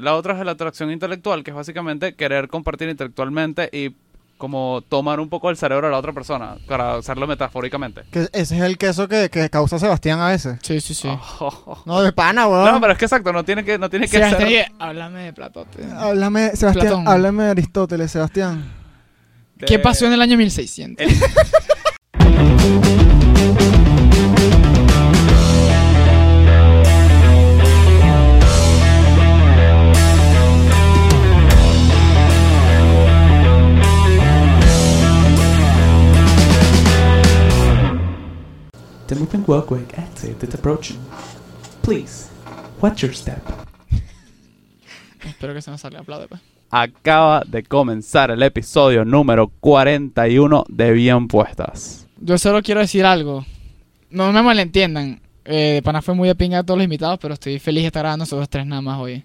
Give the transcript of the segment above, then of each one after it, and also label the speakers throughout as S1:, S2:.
S1: La otra es la atracción intelectual, que es básicamente querer compartir intelectualmente y como tomar un poco el cerebro de la otra persona, para usarlo metafóricamente.
S2: Que ese es el queso que, que causa Sebastián a veces.
S3: Sí, sí, Ah. sí.
S2: No, de pana, weón.
S1: Oh, No, pero es que exacto, no tiene que, no tiene que
S3: Sebastián,
S1: ser...
S3: oye, háblame de Platón. tío.
S2: Háblame, Sebastián,
S3: Platón.
S2: háblame de Aristóteles, Sebastián.
S1: de-
S3: ¿Qué pasó en el año 1600?
S1: El-
S4: The moving walkway exit is approaching. Please, watch your step.
S3: Espero que se nos salga aplaude, pues.
S1: Acaba de comenzar el episodio número 41 de Bien Puestas.
S3: Yo solo quiero decir algo. No me malentiendan. Eh, de pana fue muy de pinga a todos los invitados, pero estoy feliz de estar grabando nosotros tres nada más hoy.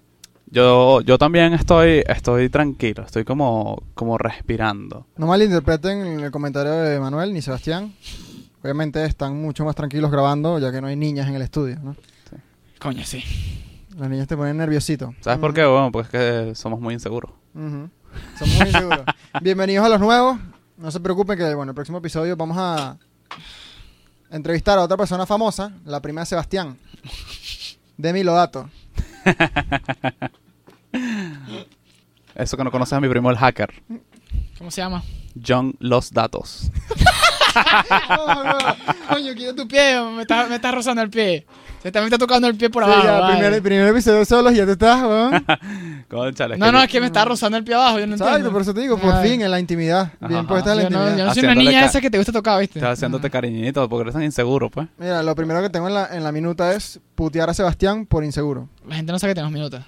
S1: Yo, yo también estoy, estoy tranquilo, estoy como, como respirando.
S2: No malinterpreten el comentario de Manuel ni Sebastián. Obviamente están mucho más tranquilos grabando, ya que no hay niñas en el estudio, ¿no?
S3: Coño, sí.
S2: Las niñas te ponen nerviosito. Mm,
S1: ¿Sabes
S3: Mm.
S1: por qué? Bueno, pues es que somos muy inseguros.
S2: Ujú. Son muy inseguros. Bienvenidos a los nuevos. No se preocupen que, bueno, el próximo episodio vamos a entrevistar a otra persona famosa, la prima de Sebastián. Demi Lodato.
S1: Eso que no conoces a mi primo el hacker,
S3: ¿Cómo se llama?
S1: John Los Datos.
S2: No, no.
S3: Coño, quiero tu pie, me está, me está rozando el pie. Se está, me está tocando el pie por
S2: Sí,
S3: abajo.
S2: ya,
S3: vale.
S2: primer, primer episodio solos y ya te estás, weón.
S1: Cónchale,
S3: No, no, es que me está rozando el pie abajo, yo no
S2: Exacto,
S3: entiendo.
S2: por eso te digo, por
S3: Ay.
S2: fin, en la intimidad. Bien
S1: Ajá.
S2: puesta en la
S3: yo no,
S2: intimidad.
S3: yo no soy una
S1: Haciéndole
S3: niña
S1: ca-
S3: esa que te gusta tocar, ¿viste? Ah.
S1: Estás haciéndote cariñito porque eres tan inseguro, pues.
S2: Mira, lo primero que tengo en la, en la minuta es putear a Sebastián por inseguro.
S3: La gente no sabe que tenemos minutos.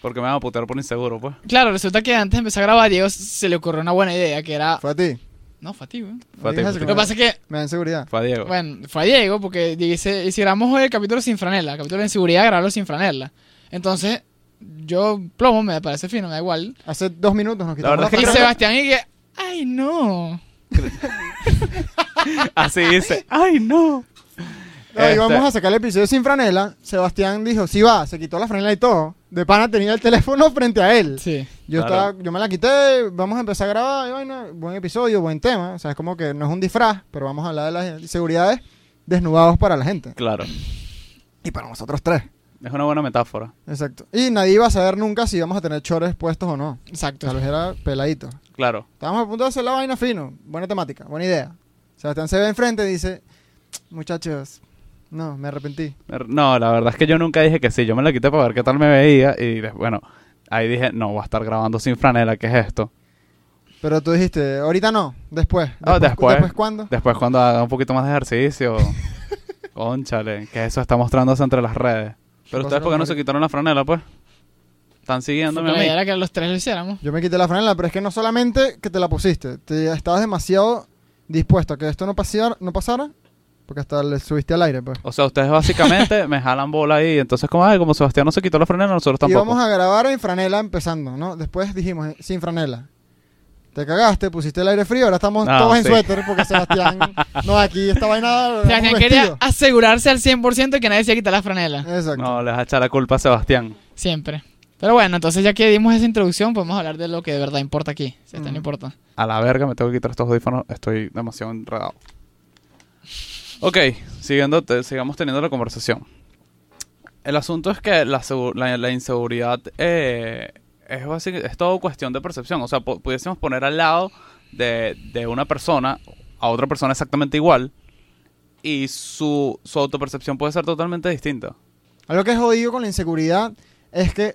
S1: Porque me van a putear por inseguro, pues.
S3: Claro, resulta que antes de empezar a grabar, Diego se le ocurrió una buena idea, que era...
S2: Fue a ti.
S3: No, Ah. fue a ti, güey.
S1: Fue a ti,
S2: Dije
S1: fue a
S2: eso,
S1: ti.
S3: Lo que pasa es que,
S2: Me da inseguridad.
S1: Fue a Diego.
S3: bueno, fue a Diego, porque dice, si grabamos hoy el capítulo sin franela, el capítulo de inseguridad, grabarlo sin franela. Entonces, yo plomo, me parece fino, me da igual.
S2: Hace dos minutos nos quitamos
S1: verdad es
S2: la,
S1: que
S3: Y
S1: creo
S2: franela.
S3: Sebastián y que... Ay, no.
S1: Así dice. ¡Ay, no!
S2: No,
S1: Este,
S2: íbamos a sacar el episodio sin franela. Sebastián dijo, sí va, se quitó la franela y todo. De pana tenía el teléfono frente a él.
S3: Sí.
S2: Yo
S1: Claro.
S2: estaba, yo me la quité, vamos a empezar a grabar, y vaina, buen episodio, buen tema. O sea, es como que no es un disfraz, pero vamos a hablar de las inseguridades desnudados para la gente.
S1: Claro.
S2: Y para nosotros tres.
S1: Es una buena metáfora.
S2: Exacto. Y nadie iba a saber nunca si íbamos a tener chores puestos o no.
S3: Exacto.
S2: Tal vez era peladito.
S1: Claro.
S2: Estábamos a punto de hacer la vaina fino. Buena temática, buena idea. Sebastián se ve enfrente y dice, muchachos, no, me arrepentí.
S1: Er, No, la verdad es que yo nunca dije que sí. Yo me la quité para ver qué tal me veía. Y des- bueno, ahí dije, no, voy a estar grabando sin franela, ¿qué es esto?
S2: Pero tú dijiste, ahorita no, después.
S1: Ah, después.
S2: ¿Después cuándo?
S1: Después, cuando haga un poquito más de ejercicio. Conchale, que eso está mostrándose entre las redes. Pero
S2: Pasa
S1: ustedes, ¿por qué
S2: con
S1: no se
S2: Mari-
S1: quitaron la franela, pues? Están
S3: Porque
S1: siguiéndome
S3: La
S1: a mí.
S3: idea era que los tres lo hiciéramos.
S2: Yo me quité la franela, pero es que no solamente que te la pusiste, te estabas demasiado dispuesto a que esto no, pasear, no pasara, porque hasta le subiste al aire, pues.
S1: O sea, ustedes básicamente me jalan bola ahí. Entonces, como, ay, como Sebastián no se quitó la franela, nosotros
S2: Y
S1: tampoco.
S2: vamos a grabar en franela empezando, ¿no? Después dijimos, eh, sin franela. Te cagaste, pusiste el aire frío, ahora estamos
S1: No,
S2: todos en
S1: sí.
S2: suéter porque Sebastián... no, aquí esta vaina... era
S3: Sebastián
S2: un
S3: quería
S2: vestido.
S3: asegurarse al 100% de que nadie se quita la franela.
S2: Exacto.
S1: No, les echa la culpa a Sebastián.
S3: Siempre. Pero bueno, entonces ya que dimos esa introducción, podemos hablar de lo que de verdad importa aquí. Si esta no
S2: Mm.
S3: importa.
S1: A la verga, me tengo que quitar estos audífonos. Estoy demasiado enredado. Ok, siguiendo, te- sigamos teniendo la conversación. El asunto es que la, segu- la- la inseguridad eh, es, basic- es todo cuestión de percepción. O sea, po- pudiésemos poner al lado de, de una persona a otra persona exactamente igual y su, su autopercepción puede ser totalmente distinta.
S2: Algo que es jodido con la inseguridad es que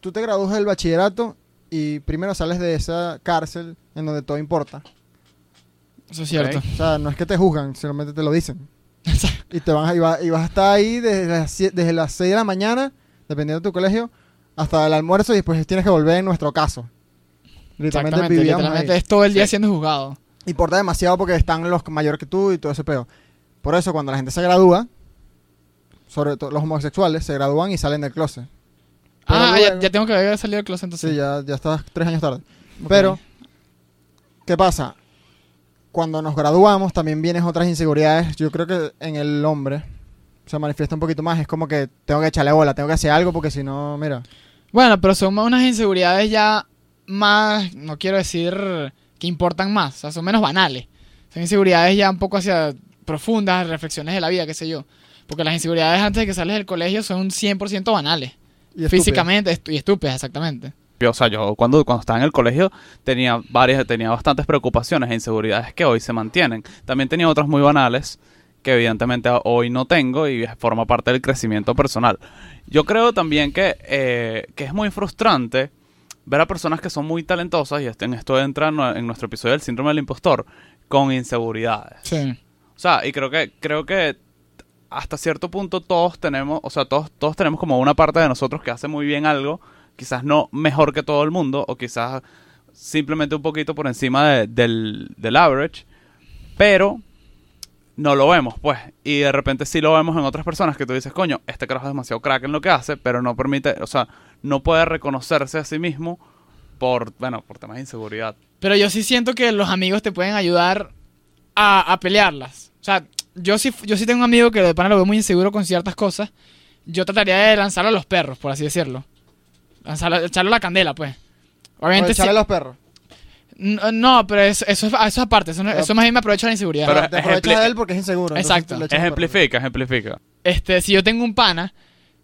S2: tú te gradúas del bachillerato y primero sales de esa cárcel en donde todo importa.
S3: Eso es cierto.
S2: O sea, no es que te juzgan, solamente te lo dicen. Y te van a- y va- y vas a estar ahí desde las, sie- desde las 6 de la mañana, dependiendo de tu colegio, hasta el almuerzo y después tienes que volver en nuestro caso. Literalmente
S3: Exactamente.
S2: vivíamos
S3: Literalmente
S2: ahí.
S3: es todo el día
S1: Sí.
S3: siendo juzgado.
S2: Importa demasiado porque están los mayor que tú y todo ese peo. Por eso cuando la gente se gradúa, sobre todo los homosexuales, se gradúan y salen del closet. Pero
S3: ah, ya,
S2: luego-
S3: ya tengo que haber salido del closet entonces.
S2: Sí, ya, ya estás tres años tarde. Pero, ¿qué pasa? Cuando nos graduamos también vienes otras inseguridades, yo creo que en el hombre, se manifiesta un poquito más. Es como que tengo que echarle bola, tengo que hacer algo porque si no, mira.
S3: Bueno, pero son unas inseguridades ya más, no quiero decir que importan más, o sea, son menos banales. Son inseguridades ya un poco hacia profundas, reflexiones de la vida, qué sé yo. Porque las inseguridades antes de que sales del colegio son 100% banales.
S2: y estúpido.
S3: Físicamente estu- y estúpidas, exactamente.
S1: Yo, o sea, yo cuando, cuando estaba en el colegio tenía varias, tenía bastantes preocupaciones e inseguridades que hoy se mantienen. También tenía otras muy banales que evidentemente hoy no tengo y forma parte del crecimiento personal. Yo creo también que, eh, que es muy frustrante ver a personas que son muy talentosas, y este- en esto entra nu- en nuestro episodio del síndrome del impostor, con inseguridades.
S3: Sí.
S1: O sea, y creo que, creo que hasta cierto punto todos tenemos, o sea, todos, todos tenemos como una parte de nosotros que hace muy bien algo, quizás no mejor que todo el mundo, o quizás simplemente un poquito por encima de- del, del average, pero no lo vemos, pues. Y de repente sí lo vemos en otras personas que tú dices, coño, este carajo es demasiado crack en lo que hace, pero no permite, o sea, no puede reconocerse a sí mismo por, bueno, por temas de inseguridad.
S3: Pero yo sí siento que los amigos te pueden ayudar a, a pelearlas. O sea, yo sí, yo sí tengo un amigo que de pana lo veo muy inseguro con ciertas cosas. Yo trataría de lanzarlo a los perros, por así decirlo. Lanzarlo, echarlo a la candela, pues.
S2: O
S3: Obviamente sí-
S2: echarle a los perros.
S3: No, no, pero eso, eso, es- eso es aparte. Eso, no-
S2: Ah.
S3: eso más bien me aprovecha la inseguridad.
S1: Pero
S2: te
S1: ejempli-
S2: aprovechas de él porque es inseguro. entonces
S3: Exacto.
S2: tú le echas a los perros.
S1: Ejemplifica, ejemplifica.
S3: este, si yo tengo un pana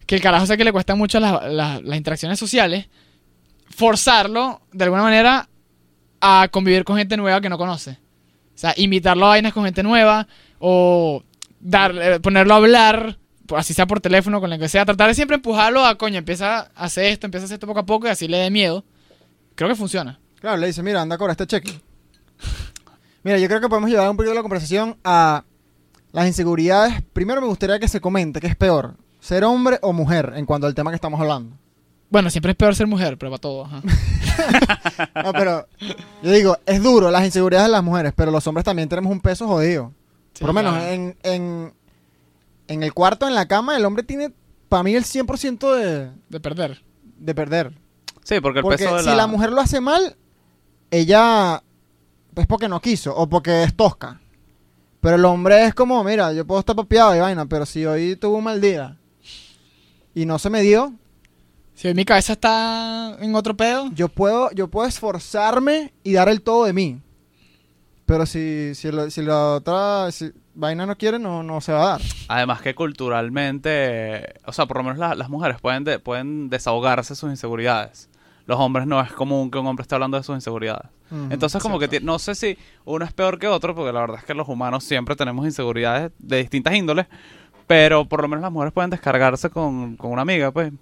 S3: que el carajo sé que le cuesta mucho las, las- las interacciones sociales, forzarlo de alguna manera a convivir con gente nueva que no conoce. O sea, invitarlo a vainas con gente nueva o darle, ponerlo a hablar, por- así sea por teléfono, con la que sea. Tratar de siempre empujarlo a coño, empieza a hacer esto, empieza a hacer esto poco a poco y así le dé miedo. Creo que funciona.
S2: Claro, le dice, mira, anda a cobrar este cheque. Mira, yo creo que podemos llevar un poquito la conversación a las inseguridades. Primero me gustaría que se comente qué es peor, ser hombre o mujer, en cuanto al tema que estamos hablando.
S3: Bueno, siempre es peor ser mujer, pero para todo. ajá.
S2: No, pero yo digo, es duro las inseguridades de las mujeres, pero los hombres también tenemos un peso jodido. Por lo
S3: Sí,
S2: menos
S3: claro.
S2: en, en, en el cuarto, en la cama, el hombre tiene, para mí, el 100% de,
S3: De perder.
S2: de perder.
S1: Sí, porque el
S2: Porque
S1: peso de
S2: si la... mujer lo hace mal, ella es porque no quiso o porque es tosca. Pero el hombre es como, mira, yo puedo estar papeado y vaina, pero si hoy tuve un mal día y no se me dio,
S3: Si hoy mi cabeza está en otro pedo,
S2: yo puedo, yo puedo esforzarme y dar el todo de mí. Pero si, si, lo- si la otra si vaina no quiere, no, no se va a dar.
S1: Además que culturalmente, eh, o sea, por lo menos la- las mujeres pueden, de- pueden desahogarse sus inseguridades. Los hombres no es común que un hombre esté hablando de sus inseguridades.
S2: Ujú.
S1: Entonces como que ti- no sé si uno es peor que otro, porque la verdad es que los humanos siempre tenemos inseguridades de distintas índoles, pero por lo menos las mujeres pueden descargarse con, con una amiga, pues.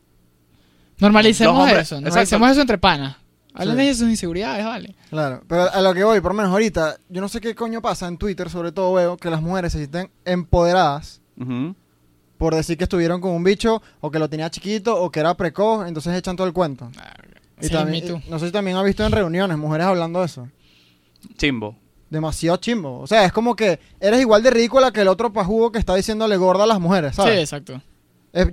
S3: Normalicemos
S1: Los hombres-
S3: eso,
S1: exacto.
S3: normalicemos eso entre panas. Hablen
S2: Sí.
S3: de sus inseguridades, vale.
S2: Claro, pero a lo que voy, por lo menos ahorita, yo no sé qué coño pasa en Twitter, sobre todo veo que las mujeres se sienten empoderadas
S1: Ujú.
S2: por decir que estuvieron con un bicho o que lo tenía chiquito o que era precoz, entonces echan todo el cuento. Y
S3: Ah, Sí,
S2: también- eh,
S3: me too.
S2: y no sé si también ha visto en reuniones mujeres hablando de eso.
S1: Chimbo.
S2: Demasiado chimbo. O sea, es como que eres igual de ridícula que el otro pajugo que está diciéndole gorda a las mujeres,
S3: Sí,
S2: ¿sabes?
S3: exacto.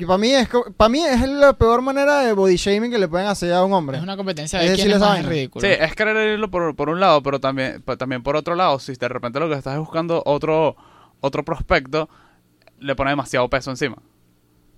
S2: para mí es co- pa' mí es la peor manera de body shaming que le pueden hacer a un hombre.
S3: Es una competencia
S2: Es
S3: de quién
S2: decirle
S3: es más
S2: esa vaina.
S3: ridículo.
S1: Sí, es querer irlo por, por un lado, pero también, pa- también por otro lado, si de repente lo que estás es buscando otro, otro prospecto, le pone demasiado peso encima.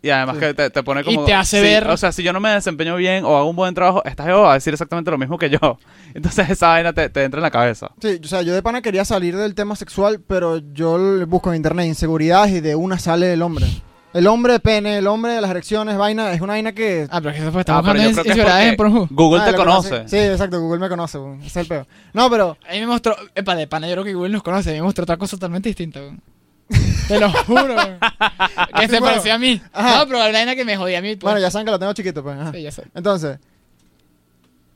S1: Y además
S2: Sí.
S1: que te, te pone
S3: Y
S1: como...
S3: te hace
S1: sí,
S3: ver-
S1: O sea, si yo no me desempeño bien o hago un buen trabajo, esta jeva va a decir exactamente lo mismo que yo. Entonces esa vaina te, te entra en la cabeza.
S2: Sí, o sea, yo de pana quería salir del tema sexual, pero yo le busco en internet inseguridades y de una sale el hombre. El hombre de pene, el hombre de las erecciones, vaina, es una vaina que...
S3: Ah, pero es que eso fue, estamos
S1: Ah, pero yo
S3: buscando
S1: creo que es
S3: inseguridades en
S1: porque
S3: Pornhub.
S1: Google
S2: Ah,
S1: te
S2: lo
S1: conoce.
S2: Sí, exacto, Google me conoce, weón, ese es el peor. No, pero...
S3: A mí me mostró, epa, de pana, yo creo que Google nos conoce, a mí me mostró otra cosa totalmente distinta, weón. Te lo juro, weón. Que se
S2: bueno.
S3: parecía a mí.
S2: Ajá.
S3: No, pero la vaina que me jodía a mí. pues.
S2: Bueno, ya saben que lo tengo chiquito, pues. ajá.
S3: Sí, ya sé.
S2: Entonces,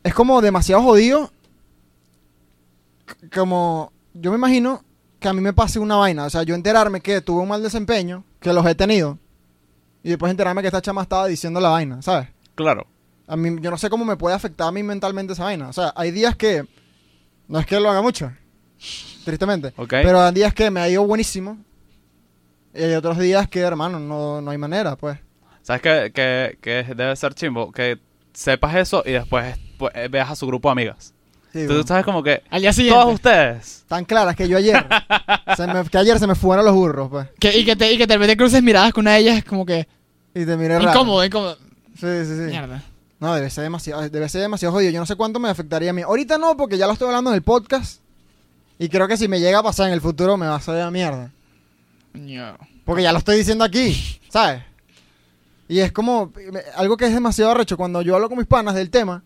S2: es como demasiado jodido. c- Como, yo me imagino que a mí me pase una vaina. O sea, yo enterarme que tuve un mal desempeño, que los he tenido. Y después enterarme que esta chama estaba diciendo la vaina, ¿sabes?
S1: Claro.
S2: A mí, yo no sé cómo me puede afectar a mí mentalmente esa vaina. O sea, hay días que, no es que lo haga mucho, tristemente.
S1: Ok.
S2: Pero hay días que me ha ido buenísimo. Y hay otros días que, hermano, no, no hay manera, pues.
S1: ¿Sabes qué, qué- qué debe ser chimbo? Que sepas eso y después pues, eh, veas a su grupo de amigas.
S2: Sí,
S1: Tú
S2: bueno.
S1: sabes como que...
S3: Al día siguiente.
S1: Todos ustedes.
S2: Tan claras que yo ayer. se me- que ayer se me fueron los burros, pues.
S3: Que- y que te, y que te repente cruces miradas con una de ellas como que
S2: Y te miré raro.
S3: incómodo, incómodo.
S2: Sí, sí, sí.
S3: Mierda.
S2: No, debe ser demasiado, debe ser demasiado jodido. Yo no sé cuánto me afectaría a mí. Ahorita no, porque ya lo estoy hablando en el podcast. Y creo que si me llega a pasar en el futuro me va a salir a mierda.
S3: No.
S2: Porque ya lo estoy diciendo aquí, ¿sabes? Y es como me- algo que es demasiado arrecho. Cuando yo hablo con mis panas del tema,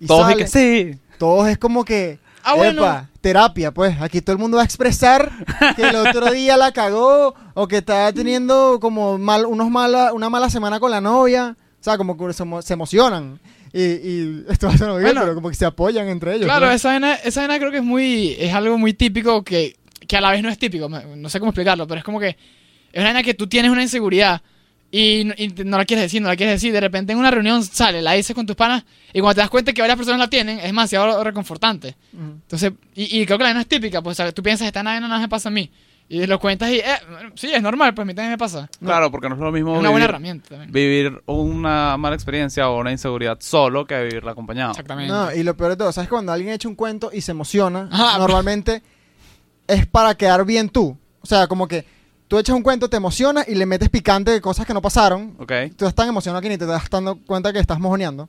S2: y
S1: Todos y
S2: sale,
S1: que sí.
S2: todos es como que.
S3: Ah, bueno.
S2: "Epa, terapia, pues. Aquí todo el mundo va a expresar que el otro día la cagó o que está teniendo como mal, unos mala, una mala semana con la novia. O sea, como que se, emo- se emocionan. Y, y esto va a sonar bien,
S3: Bueno.
S2: pero como que se apoyan entre ellos. pues.
S3: Claro,
S2: ¿no?
S3: esa vaina, esa vaina creo que es muy es algo muy típico que, que a la vez no es típico, me- no sé cómo explicarlo, pero es como que es una vaina que tú tienes una inseguridad y, no- y te- no la quieres decir, no la quieres decir, de repente en una reunión sale, la dices con tus panas y cuando te das cuenta que varias personas la tienen, es demasiado reconfortante.
S2: Ujú.
S3: Entonces, y, y creo que la vaina es típica, pues ¿sabes? tú piensas, esta vaina no me pasa a mí. Y lo cuentas y, eh, sí, es normal, pues a mí también me pasa.
S2: No.
S1: Claro, porque no es lo
S3: Es
S1: mismo
S3: una buena
S1: vivir,
S3: herramienta también.
S1: vivir una mala experiencia o una inseguridad solo que vivirla acompañado.
S3: Exactamente.
S2: No, y lo peor de todo, ¿sabes? Cuando alguien echa un cuento y se emociona,
S3: Ajá.
S2: normalmente es para quedar bien tú. O sea, como que tú echas un cuento, te emocionas y le metes picante de cosas que no pasaron.
S1: ¿Ok?
S2: Tú estás tan emocionado que ni te estás dando cuenta que estás mojoneando.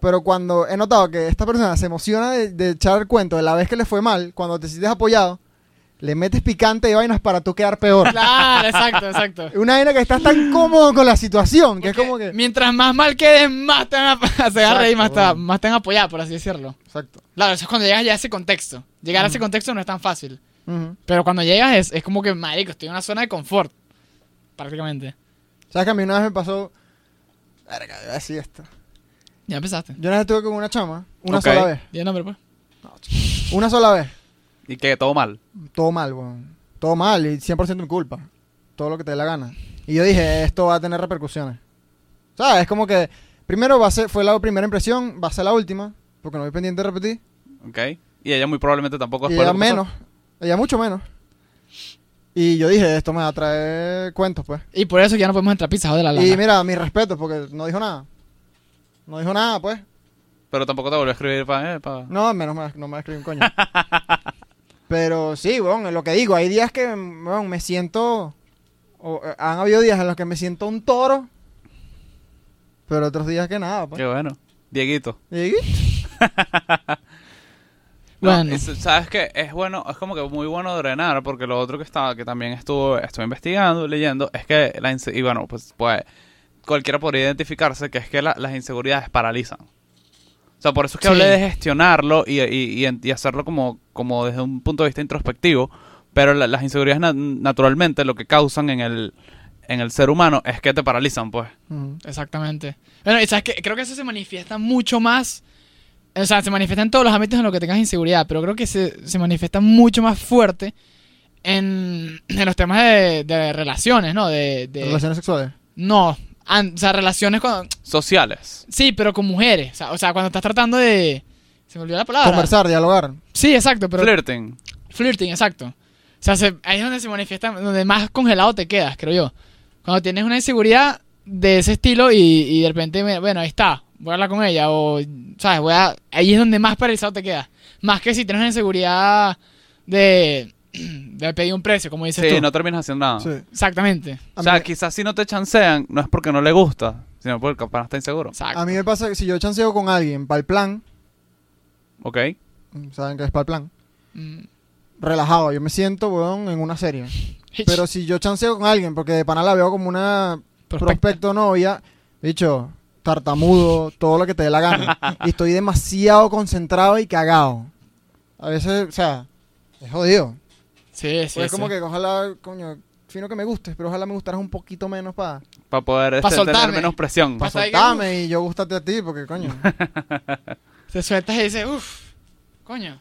S2: Pero cuando he notado que esta persona se emociona de, de echar el cuento de la vez que le fue mal, cuando te sientes apoyado, le metes picante y vainas para tú quedar peor.
S3: Claro, exacto, exacto.
S2: Una vaina que estás tan cómodo con la situación, que es como que...
S3: Mientras más mal quedes, más te van a, se van a
S2: Exacto,
S3: reír, más te,
S2: bueno.
S3: más te van a apoyar, por así decirlo.
S2: Exacto.
S3: Claro, eso es cuando llegas ya a ese contexto. Llegar a ese contexto no es tan fácil.
S2: Ujú.
S3: Pero cuando llegas es, es como que, marico, estoy en una zona de confort. Prácticamente.
S2: ¿Sabes que a mí una vez me pasó... Verga, iba a decir esto.
S3: Ya empezaste.
S2: Yo una vez estuve con una chama, una
S1: Ok.
S2: sola vez.
S3: Di el nombre, pues.
S2: Una sola vez.
S1: Y que todo mal.
S2: Todo mal, weón. Todo mal y 100% mi culpa. Todo lo que te dé la gana. Y yo dije, esto va a tener repercusiones. O sea, es como que primero va a ser, fue la primera impresión, va a ser la última, porque no voy pendiente de repetir.
S1: ¿Ok? Y ella muy probablemente tampoco
S2: Y
S1: después
S2: ella
S1: lo que pasó.
S2: menos, ella mucho menos. Y yo dije, esto me va a traer cuentos, pues.
S3: Y por eso ya no podemos entrar pisados de la
S2: Y
S3: lana.
S2: mira, mis respetos, porque no dijo nada. No dijo nada, pues.
S1: Pero tampoco te volvió a escribir para... Eh, pa-
S2: No, menos mal, no me va a escribir un coño. Pero sí, bueno, lo que digo, hay días que bueno, me siento. o, eh, han habido días en los que me siento un toro. Pero otros días que nada, pues.
S1: Qué bueno. Dieguito.
S2: Y-
S1: No,
S3: Bueno.
S1: es- sabes que es bueno, es como que muy bueno drenar, porque lo otro que estaba, que también estuvo, estuve investigando, leyendo, es que la inse- y bueno, pues, pues cualquiera podría identificarse que es que la- las inseguridades paralizan. O sea, por eso es que
S3: Sí.
S1: hablé de gestionarlo y, y- y en- y hacerlo como, como desde un punto de vista introspectivo, pero la- las inseguridades na- naturalmente lo que causan en el, en el ser humano es que te paralizan, pues.
S2: Ujú.
S3: Exactamente. Bueno, y sabes que creo que eso se manifiesta mucho más. O sea, se manifiesta en todos los ámbitos en los que tengas inseguridad, pero creo que se, se manifiesta mucho más fuerte en, en los temas de, de relaciones, ¿no? De, de-
S2: Relaciones sexuales.
S3: No. an- o sea, relaciones con.
S1: Sociales.
S3: Sí, pero con mujeres. O sea, o sea, cuando estás tratando de. Se me olvidó la palabra.
S2: Conversar, dialogar.
S3: Sí, exacto, pero.
S1: Flirting.
S3: Flirting, exacto. O sea, se- ahí es donde se manifiesta, donde más congelado te quedas, creo yo. Cuando tienes una inseguridad de ese estilo y, y de repente, me- bueno, ahí está, voy a hablar con ella o, ¿sabes? Voy a, ahí es donde más paralizado te quedas. Más que si tienes una inseguridad de, de pedir un precio, como dices
S1: Sí,
S3: tú.
S1: no terminas haciendo nada.
S2: Sí.
S3: Exactamente.
S2: A
S1: Ah. O sea,
S2: mí-
S1: quizás si no te chancean, no es porque no le gusta, sino porque capaz está inseguro.
S3: Exacto.
S2: A mí me pasa que si yo chanceo con alguien para el plan,
S1: ¿Ok?
S2: saben que es para el plan,
S3: Mm.
S2: relajado, yo me siento, weón, en una serie. Pero si yo chanceo con alguien, porque de pana la veo como una
S3: Prospecto.
S2: prospecto novia, dicho, tartamudo, todo lo que te dé la gana. y estoy demasiado concentrado y cagado. A veces, o sea, es jodido.
S3: Sí, sí.
S2: Pues es como
S3: sí.
S2: que ojalá, coño, fino que me gustes, pero ojalá me gustaras un poquito menos para
S1: Para poder
S3: Pa'
S1: este, tener
S3: soltarme.
S1: menos presión.
S3: Pa'
S2: pa
S3: Hasta ahí que-
S2: soltarme y yo gustarte a ti, porque coño.
S3: Te sueltas y dices, uff, coño.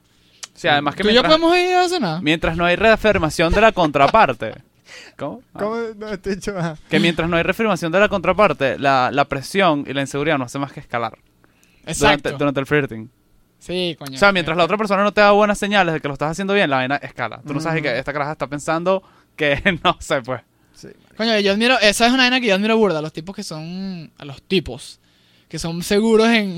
S1: Sí, además que
S3: ¿Tú y yo
S1: mientras,
S3: podemos ir a cenar?
S1: mientras no hay reafirmación de la contraparte. ¿Cómo? Ah.
S2: ¿Cómo no, este hecho, ajá.
S1: Que mientras no hay reafirmación de la contraparte, la, la presión y la inseguridad no hace más que escalar durante,
S3: Exacto.
S1: durante el flirting.
S3: Sí, coño.
S1: O sea, mientras la otra persona no te da buenas señales de que lo estás haciendo bien, la vaina escala. Tú no sabes
S2: Ujú.
S1: que esta caraja está pensando que no sé, pues.
S2: Sí.
S3: Coño, yo admiro, esa es una vaina que yo admiro burda, los tipos que son, a los tipos, que son seguros en,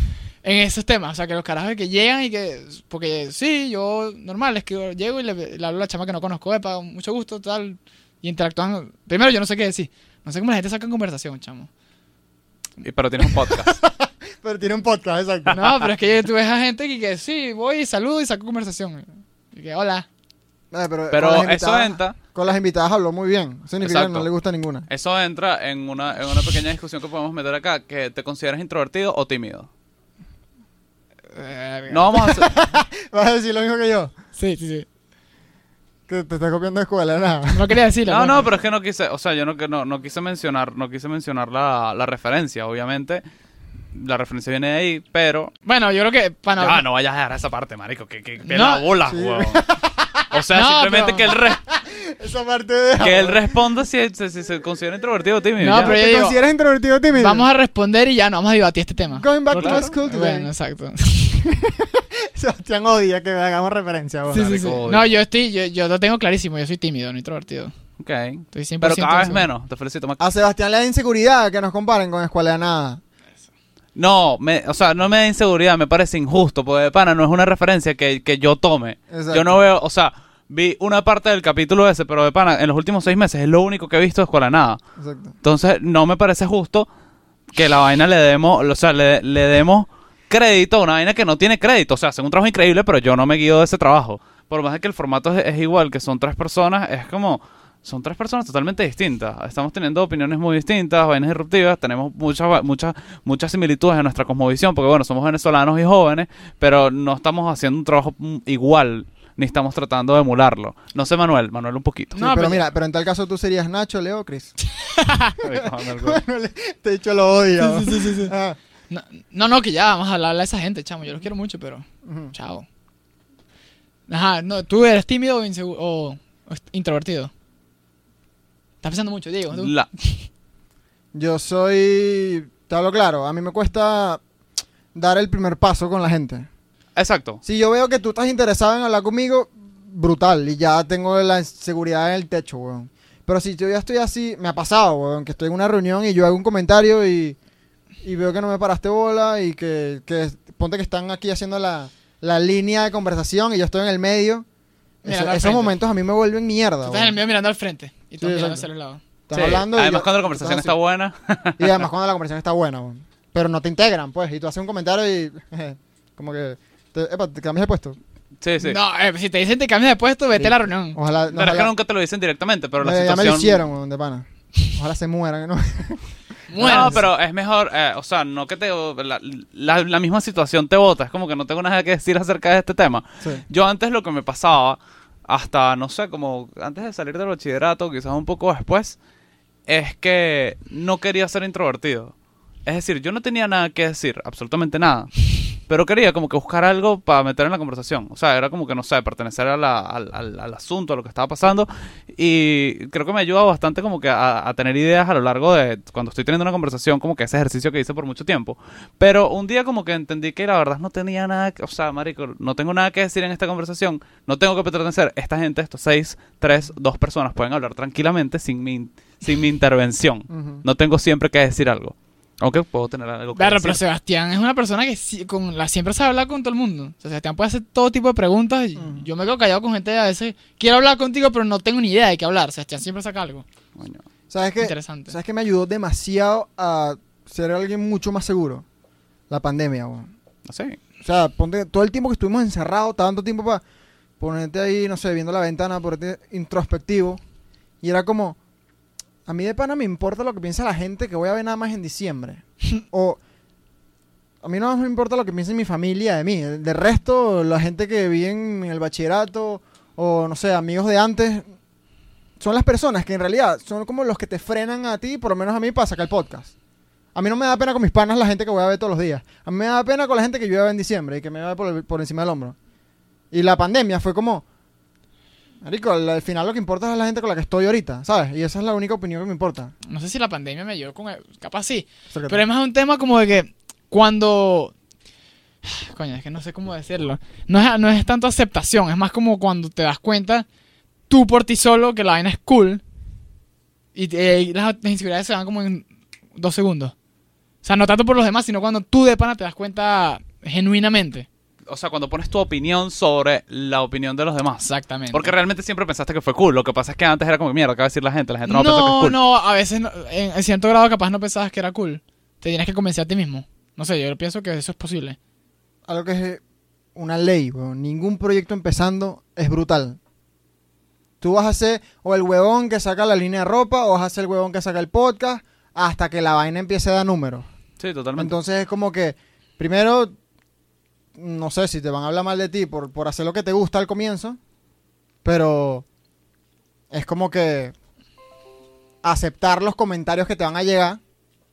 S3: en esos temas. O sea, que los carajos que llegan y que. Porque sí, yo normal, es que llego y le, le hablo a la chama que no conozco, epa, mucho gusto, tal. Y interactúan. Primero, yo no sé qué decir. No sé cómo la gente saca en conversación, chamo.
S1: Y- Pero tienes un podcast.
S2: Pero tiene un podcast, exacto.
S3: No, pero es que tú ves a gente que, que sí, voy y saludo y saco conversación. Y que hola.
S2: No, pero con
S1: Pero
S2: las
S1: eso
S2: invitadas-
S1: entra,
S2: Con las invitadas habló muy bien. Eso significa que
S1: Exacto.
S2: no le gusta ninguna.
S1: eso entra en una, en una pequeña discusión que podemos meter acá, que te consideras introvertido o tímido.
S3: Verga.
S1: No vamos a hacer-
S2: Vas a decir lo mismo que yo.
S3: Sí, sí, sí.
S2: Que te estás copiando de escuela, nada.
S3: No quería decirlo.
S1: No,
S3: pues.
S1: no, pero es que no quise, o sea, yo no, que- no, no quise mencionar, no quise mencionar la, la referencia, obviamente. La referencia viene de ahí, pero.
S3: Bueno, yo creo que. Para
S1: Ah, no vayas a dejar esa parte, marico, que, que, que
S3: No.
S1: la bola,
S2: Sí.
S1: huevón. O sea,
S3: No,
S1: simplemente
S3: pero-
S1: que él, res-
S2: Esa parte de.
S1: que él responda si, si- si se considera introvertido o tímido.
S3: No,
S1: ya.
S3: pero
S2: ¿Te
S3: yo digo,
S2: consideras introvertido o tímido?
S3: Vamos a responder y ya no vamos a debatir este tema.
S2: Going back
S1: Claro.
S2: to school today.
S3: Bueno, exacto.
S2: Sebastián odia que hagamos referencia. bueno.
S3: Sí, sí, sí.
S1: Marico,
S3: No, yo estoy, yo, yo lo tengo clarísimo, yo soy tímido, no introvertido.
S1: Ok.
S3: Estoy 100%
S1: Pero cada vez
S3: seguro.
S1: menos, te felicito, Mac.
S2: A Sebastián le da inseguridad que nos comparen con escuela de nada.
S1: No, me, o sea, no me da inseguridad, me parece injusto, porque de pana no es una referencia que, que yo tome.
S2: Exacto.
S1: Yo no veo, o sea, vi una parte del capítulo ese, pero de pana, en los últimos seis meses es lo único que he visto de Escuela de Nada.
S2: Exacto.
S1: Entonces, no me parece justo que la vaina le demos, o sea, le, le demos crédito a una vaina que no tiene crédito. O sea, hacen un trabajo increíble, pero yo no me guío de ese trabajo. Por más de que el formato es, es igual, que son tres personas, es como. Son tres personas totalmente distintas. Estamos teniendo opiniones muy distintas, vainas disruptivas, tenemos muchas, va- muchas, muchas similitudes en nuestra cosmovisión, porque bueno, somos venezolanos y jóvenes, pero no estamos haciendo un trabajo mm, igual, ni estamos tratando de emularlo. No sé, Manuel, Manuel un poquito.
S2: Sí,
S3: No,
S2: pero,
S3: pero-
S2: mira, pero en tal caso tú serías Nacho, Leo o Chris.
S1: Manuel,
S2: Manuel, te he dicho lo odio.
S3: Sí, sí, sí, sí, sí.
S2: Ah,
S3: No, no, no, que ya vamos a hablarle a esa gente, chamo. Yo los quiero mucho, pero
S2: ujú.
S3: chao. Ajá, no, ¿tú eres tímido o, insegu- o, o est- introvertido? Estás pensando mucho, Diego. ¿tú?
S1: la-
S2: Yo soy. Te hablo claro, a mí me cuesta dar el primer paso con la gente.
S1: Exacto.
S2: Si yo veo que tú estás interesado en hablar conmigo, brutal. Y ya tengo la seguridad en el techo, weón. Pero si yo ya estoy así, me ha pasado, weón, que estoy en una reunión y yo hago un comentario y, y veo que no me paraste bola y que, que ponte que están aquí haciendo la, la línea de conversación y yo estoy en el medio.
S3: Mira,
S2: Eso-
S3: al
S2: esos
S3: frente.
S2: momentos a mí me vuelven
S3: Tú
S2: mierda,
S3: estás en el
S2: weón.
S3: medio mirando al frente y tú
S2: Sí, exacto.
S3: mirando hacia los lados.
S2: Estás
S1: Sí,
S2: hablando y
S1: Además,
S2: yo-
S1: cuando la
S2: estás
S1: conversación
S2: así.
S1: está buena.
S2: Y además cuando la conversación está buena, weón. Pero no te integran, pues. Y tú haces un comentario y... como que... Te, epa, te cambias de puesto.
S1: Sí, sí.
S3: No, eh, si te dicen te cambias de puesto,
S2: Sí. Oh.
S3: vete a la reunión.
S1: Mm.
S2: Ojalá...
S1: Pero es que
S2: ojalá-
S1: nunca te lo dicen directamente, pero la
S2: Eh, Ya
S1: situación...
S2: me lo hicieron, weón, de pana. Ojalá se mueran, ¿no?
S1: No,
S3: Muéranse.
S1: pero es mejor, eh, o sea, no que te... La, la- la misma situación te bota, es como que no tengo nada que decir acerca de este tema.
S2: Sí.
S1: Yo antes lo que me pasaba, hasta, no sé, como antes de salir del bachillerato, quizás un poco después, es que no quería ser introvertido. Es decir, yo no tenía nada que decir, absolutamente nada. Pero quería como que buscar algo para meter en la conversación. O sea, era como que, no sé, pertenecer a la- al, al- al asunto, a lo que estaba pasando. Y creo que me ayuda bastante como que a, a tener ideas a lo largo de cuando estoy teniendo una conversación, como que ese ejercicio que hice por mucho tiempo. Pero un día como que entendí que la verdad no tenía nada, que- o sea, marico, no tengo nada que decir en esta conversación. No tengo que pertenecer. Esta gente, estos seis, tres, dos personas pueden hablar tranquilamente sin mi, in- sin mi intervención.
S2: Ujú.
S1: No tengo siempre que decir algo. Aunque puedo tener algo que
S3: Claro,
S1: decir.
S3: pero Sebastián es una persona que sí- con la, siempre sabe hablar con todo el mundo. O sea, Sebastián puede hacer todo tipo de preguntas. y
S2: Ujú.
S3: Yo me quedo callado con gente a veces. Quiero hablar contigo, pero no tengo ni idea de qué hablar. Sebastián siempre saca algo
S1: Coño.
S2: ¿Sabes qué?
S3: interesante.
S2: ¿Sabes qué me ayudó demasiado a ser alguien mucho más seguro? La pandemia, weón.
S1: Sí.
S2: O sea, ponte todo el tiempo que estuvimos encerrados, tanto tiempo para ponerte ahí, no sé, viendo la ventana, ponerte introspectivo. Y era como, a mí de pana me importa lo que piensa la gente que voy a ver nada más en diciembre. o a mí nada más me importa lo que piense mi familia de mí. De resto, la gente que vi en el bachillerato o, no sé, amigos de antes, son las personas que en realidad son como los que te frenan a ti, por lo menos a mí, para sacar el podcast. A mí no me da pena con mis panas la gente que voy a ver todos los días. A mí me da pena con la gente que yo iba a ver en diciembre y que me va a ver por, por encima del hombro. Y la pandemia fue como... Marico, al al final lo que importa es la gente con la que estoy ahorita, ¿sabes? Y esa es la única opinión que me importa.
S3: No sé si la pandemia me ayudó con. Capaz sí.
S2: Acércate.
S3: Pero es más un tema como de que cuando. Coño, es que no sé cómo decirlo. No es, no es tanto aceptación, es más como cuando te das cuenta tú por ti solo que la vaina es cool y, te- y las, las inseguridades se van como en dos segundos. O sea, no tanto por los demás, sino cuando tú de pana te das cuenta genuinamente.
S1: O sea, cuando pones tu opinión sobre la opinión de los demás.
S3: Exactamente.
S1: Porque realmente siempre pensaste que fue cool. Lo que pasa es que antes era como mierda, ¿qué va a decir la gente? La gente no,
S3: no,
S1: va a pensar que es
S3: no,
S1: cool.
S3: a veces no- en, en cierto grado capaz no pensabas que era cool. Te tienes que convencer a ti mismo. No sé, yo pienso que eso es posible.
S2: Algo que es eh, una ley, weón. Ningún proyecto empezando es brutal. Tú vas a ser o el huevón que saca la línea de ropa o vas a ser el huevón que saca el podcast hasta que la vaina empiece a dar números.
S1: Sí, totalmente.
S2: Entonces es como que, primero, no sé si te van a hablar mal de ti por, por hacer lo que te gusta al comienzo, pero es como que aceptar los comentarios que te van a llegar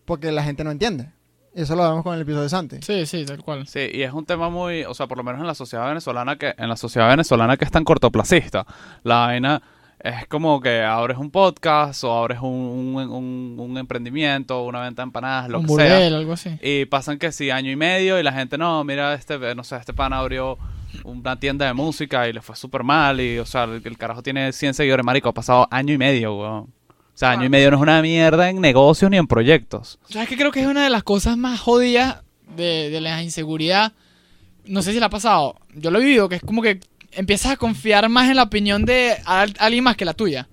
S2: porque la gente no entiende. Eso lo hablamos con el episodio de Santi.
S3: Sí, sí, tal cual.
S1: Sí, y es un tema muy, o sea, por lo menos en la sociedad venezolana que en la sociedad venezolana que es tan cortoplacista. La vaina es como que abres un podcast o abres un, un- un- un emprendimiento, una venta de empanadas, lo
S3: Un
S1: que sea.
S3: burdel o algo así.
S1: Y pasan que sí, año y medio y la gente, no, mira, este, no sé, este pan abrió una tienda de música y le fue súper mal y, o sea, el, el carajo tiene 100 seguidores, marico, ha pasado año y medio, weón. O sea, año y medio no es una mierda en negocios ni en proyectos.
S3: ¿Sabes qué? Creo que es una de las cosas más jodidas de, de la inseguridad. No sé si la ha pasado. Yo lo he vivido, que es como que empiezas a confiar más en la opinión de al- alguien más que la tuya.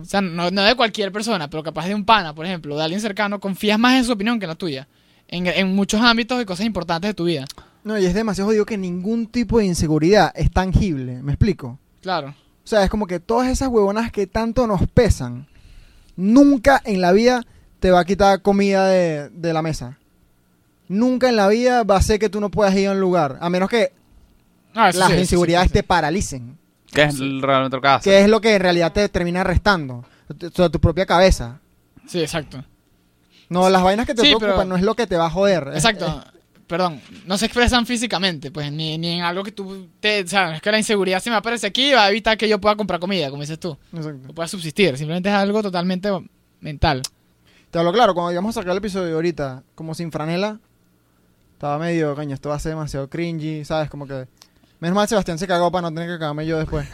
S3: O sea, no, no de cualquier persona, pero capaz de un pana, por ejemplo, de alguien cercano, confías más en su opinión que en la tuya. En, en muchos ámbitos y cosas importantes de tu vida.
S2: No, y es demasiado jodido que ningún tipo de inseguridad es tangible, ¿me explico?
S3: Claro.
S2: O sea, es como que todas esas huevonas que tanto nos pesan, nunca en la vida te va a quitar comida de, de la mesa. Nunca en la vida va a ser que tú no puedas ir a un lugar, a menos que
S3: Ah, eso
S2: las
S3: sí, eso sí,
S2: inseguridades
S3: eso sí.
S2: te paralicen,
S1: Que es
S3: Sí.
S1: realmente lo que hace.
S2: que es lo que en realidad te termina restando, o sea, tu propia cabeza.
S3: Sí, exacto.
S2: Eh, No, las vainas que te
S3: Sí, pero-
S2: preocupan no es lo que te va a joder. es-
S3: Exacto. Perdón, no se expresan físicamente, pues, ni, ni en algo que tú te... O sea, no es que la inseguridad se me aparece aquí y va a evitar que yo pueda comprar comida, como dices tú.
S2: es- exacto.
S3: No pueda subsistir, simplemente es algo totalmente mental.
S2: Te hablo claro, cuando íbamos a sacar el episodio ahorita, como sin franela, estaba medio, coño, esto va a ser demasiado cringy, ¿sabes? Como que. Menos mal Sebastián se cagó para no tener que cagarme yo después.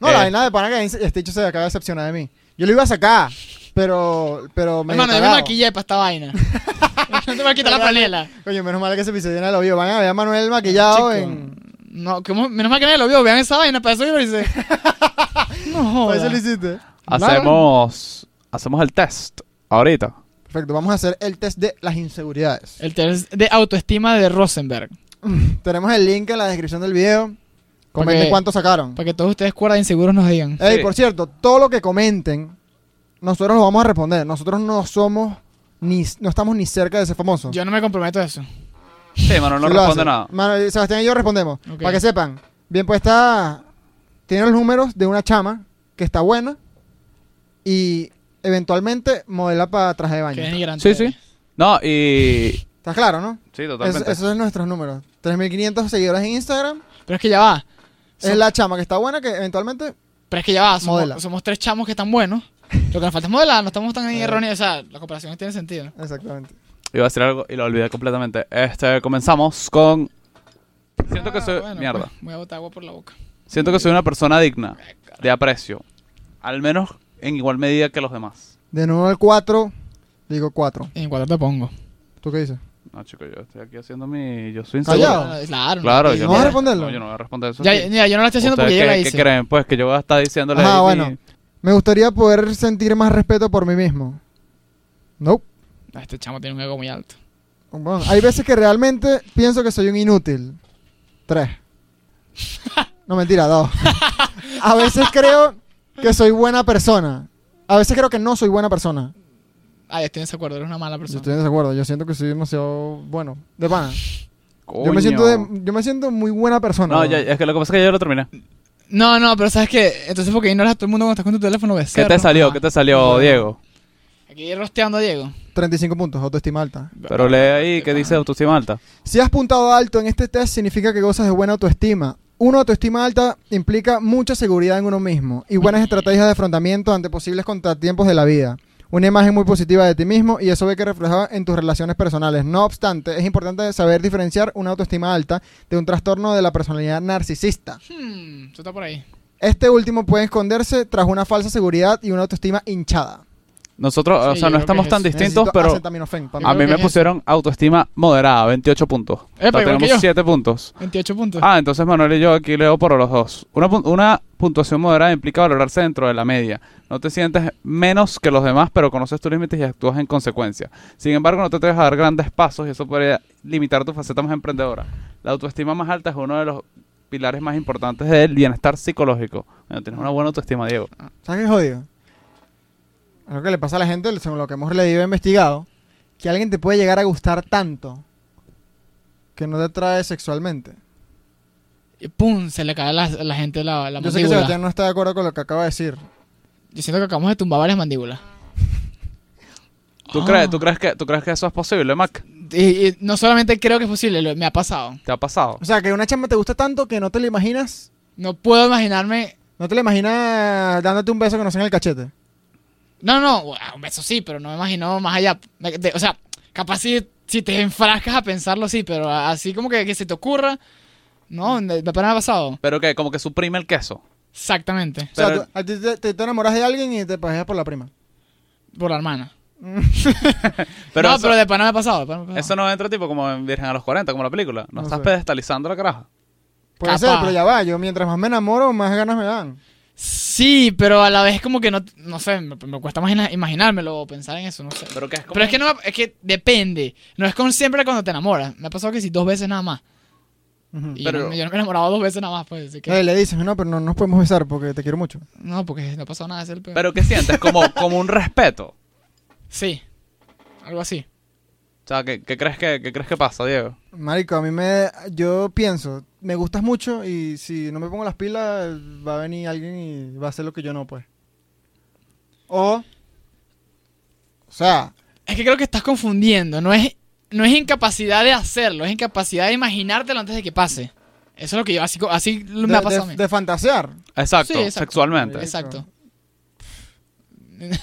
S2: No,
S1: Eh.
S2: la vaina de pana que este hecho se acaba de decepcionar de mí. Yo lo iba a sacar, pero. pero medio
S3: Hermano, yo me
S2: cagado.
S3: maquillé para esta vaina. no te voy a quitar la panela.
S2: Coño, menos mal que ese episodio no lo vio. Van a ver a Manuel maquillado
S3: Chico,
S2: en.
S3: No, ¿cómo? menos mal que nadie lo vio, vean esa vaina, para eso yo lo hice. no
S2: Por eso
S3: joda.
S2: lo hiciste.
S1: Hacemos, hacemos el test ahorita.
S2: Perfecto, vamos a hacer el test de las inseguridades.
S3: El test de autoestima de Rosenberg.
S2: Tenemos el link en la descripción del video. Comenten
S3: Porque-
S2: cuánto sacaron.
S3: Para que todos ustedes cuerdas inseguros nos digan.
S2: Ey,
S1: Sí.
S2: por cierto, todo lo que comenten, nosotros lo vamos a responder. Nosotros no somos ni no estamos ni cerca de ser famosos.
S3: Yo no me comprometo a eso.
S1: Sí, Manuel no
S2: Sí lo
S1: responde
S2: hacen.
S1: nada.
S2: Mano, Sebastián y yo respondemos.
S3: Ok.
S2: Para que sepan, bien puesta tiene los números de una chama que está buena y eventualmente modela para traje de
S3: Que
S2: baño.
S3: denigrante.
S1: Sí, sí. No, y.
S2: ¿Estás claro, no?
S1: Sí,
S2: Es-
S1: totalmente.
S2: esos son nuestros números. 3.500 seguidores en Instagram.
S3: Pero es que ya va.
S2: Es
S3: Son-
S2: la chama que está buena que eventualmente...
S3: Pero es que ya va.
S2: Modela.
S3: Somos, somos tres chamos que están buenos. Lo que nos falta es modelar, no estamos tan
S2: Eh.
S3: erróneos. O sea, las comparaciones tienen sentido.
S2: Exactamente.
S1: Iba a decir algo y lo olvidé completamente. Este, comenzamos con. Siento que
S3: Ah,
S1: soy.
S3: bueno,
S1: mierda.
S3: pues, voy a botar agua por la boca.
S1: Siento que soy una persona digna, de aprecio. Al menos en igual medida que los demás.
S2: De 1 al 4, digo 4.
S3: En cuatro te pongo.
S2: ¿Tú qué dices?
S1: No, chico, yo estoy aquí haciendo mi. Yo soy
S2: Callado.
S1: inseguro.
S3: Claro.
S1: Claro,
S2: ¿Y
S1: yo
S2: no vas a
S1: no,
S2: responderlo?
S1: no, yo no voy a responder eso.
S3: Ya,
S1: sí.
S3: mira, yo no la estoy haciendo
S1: ¿Ustedes
S3: porque
S1: qué,
S3: yo la
S1: qué
S3: hice.
S1: creen? Pues que yo voy a estar diciéndole. ahí
S2: Ajá,
S1: mi-
S2: bueno. Me gustaría poder sentir más respeto por mí mismo. No.
S3: Ah, Este chamo tiene un ego muy alto.
S2: Bueno, hay veces que realmente pienso que soy un inútil. Tres. No, mentira, dos. A veces creo que soy buena persona. A veces creo que no soy buena persona.
S3: Ay, Ah, estoy en desacuerdo, eres una mala
S2: Yo
S3: persona.
S2: estoy en desacuerdo. Yo siento que soy demasiado bueno. De pana. Yo
S1: Coño.
S2: me, siento de- yo me siento muy buena persona.
S1: No,
S2: weón.
S1: ya- es que lo que pasa es que yo lo terminé.
S3: No, no, pero ¿sabes qué? Entonces, porque ignoras a todo el mundo cuando estás con tu teléfono?
S1: ¿Qué
S3: becerro?
S1: te salió?
S3: Ah,
S1: ¿Qué te salió, Diego?
S3: Aquí rosteando a Diego.
S2: 35 puntos, autoestima alta.
S1: Pero lee ahí que dice autoestima alta.
S2: Si has puntuado alto en este test, significa que gozas de buena autoestima. Una autoestima alta implica mucha seguridad en uno mismo y buenas estrategias de afrontamiento ante posibles contratiempos de la vida. Una imagen muy positiva de ti mismo y eso ve que reflejado en tus relaciones personales. No obstante, es importante saber diferenciar una autoestima alta de un trastorno de la personalidad narcisista.
S3: Hmm, tú estás por ahí.
S2: Este último puede esconderse tras una falsa seguridad y una autoestima hinchada.
S1: Nosotros,
S3: Sí,
S1: o
S3: yo
S1: sea,
S3: creo
S1: no
S3: que
S1: estamos
S3: es
S1: tan
S3: eso.
S1: distintos, pero
S2: acetaminofén pa'
S3: yo
S1: a mí
S3: creo que
S1: me
S3: es eso.
S1: pusieron autoestima moderada, 28 puntos. O sea,
S3: Epa, igual que
S1: tenemos
S3: yo.
S1: 7 puntos.
S3: 28 puntos.
S1: Ah, entonces Manuel y yo aquí leo por los dos. Una, pun- una puntuación moderada implica valorarse dentro de la media. No te sientes menos que los demás, pero conoces tus límites y actúas en consecuencia. Sin embargo, no te atreves a dar grandes pasos y eso puede limitar tu faceta más emprendedora. La autoestima más alta es uno de los pilares más importantes del bienestar psicológico. Bueno, tienes una buena autoestima, Diego.
S2: ¿Sabes qué jodido? Algo que le pasa a la gente, según lo que hemos leído e investigado, que alguien te puede llegar a gustar tanto que no te atrae sexualmente.
S3: Y pum, se le cae a la, a la gente la, la
S2: Yo sé que
S3: mandíbula.
S2: Sebastián no está de acuerdo con lo que acaba de decir.
S3: Yo siento que acabamos de tumbar varias mandíbulas.
S1: ¿Tú,
S3: Ah.
S1: crees, tú, crees que, ¿Tú crees que eso es posible, Mac?
S3: Y, y no solamente creo que es posible, lo- me ha pasado.
S1: ¿Te ha pasado?
S2: O sea, que una chamba te gusta tanto que no te la imaginas,
S3: No puedo imaginarme.
S2: no te la imaginas dándote un beso que no sea en el cachete.
S3: No, no, bueno, un beso sí, pero no me imagino más allá. Me- de- o sea, capaz si, si te enfrascas a pensarlo, sí, pero así como que, que se te ocurra. No, me, me ha pasado.
S1: Pero que como que suprime el queso.
S3: Exactamente.
S2: O sea,
S1: Pero-
S2: tú- a ti te, te- te enamoras de alguien y te paseas por la prima.
S3: Por la hermana.
S1: Pero
S3: no,
S1: eso,
S3: pero de pana me ha pasado. de pana me ha pasado.
S1: eso no entra tipo como en Virgen a los 40, como la película. No,
S2: No
S1: estás
S2: sé.
S1: pedestalizando la caraja.
S2: Puede
S3: Capaz.
S2: ser, pero ya va. Yo mientras más me enamoro, más ganas me dan.
S3: Sí, pero a la vez como que no, no sé, me, me cuesta imagina- imaginármelo o pensar en eso, no sé.
S1: Pero que es como...
S3: Pero es que no, me- es que depende. No es con siempre cuando te enamoras. Me ha pasado que sí, dos veces nada más.
S2: Ujú.
S3: Y
S1: Pero-
S3: yo, no- yo no me he enamorado dos veces nada más, pues. Así que,
S2: Eh, le dices, no, pero no nos podemos besar porque te quiero mucho.
S3: no, porque no ha pasado nada, es el peor.
S1: Pero que sientes como, como un respeto.
S3: Sí, algo así.
S1: O sea, ¿qué, qué crees, que, qué crees que pasa, Diego?
S2: Marico, a mí me. Yo pienso, me gustas mucho y si no me pongo las pilas, va a venir alguien y va a hacer lo que yo no, pues. O. O sea,
S3: Es que creo que estás confundiendo. No es, no es incapacidad de hacerlo, es incapacidad de imaginártelo antes de que pase. Eso es lo que yo, así, co- así
S2: de,
S3: me ha pasado a
S2: de-
S3: mí.
S2: de fantasear.
S1: Exacto,
S3: Sí, exacto.
S1: sexualmente.
S2: de-
S3: Exacto.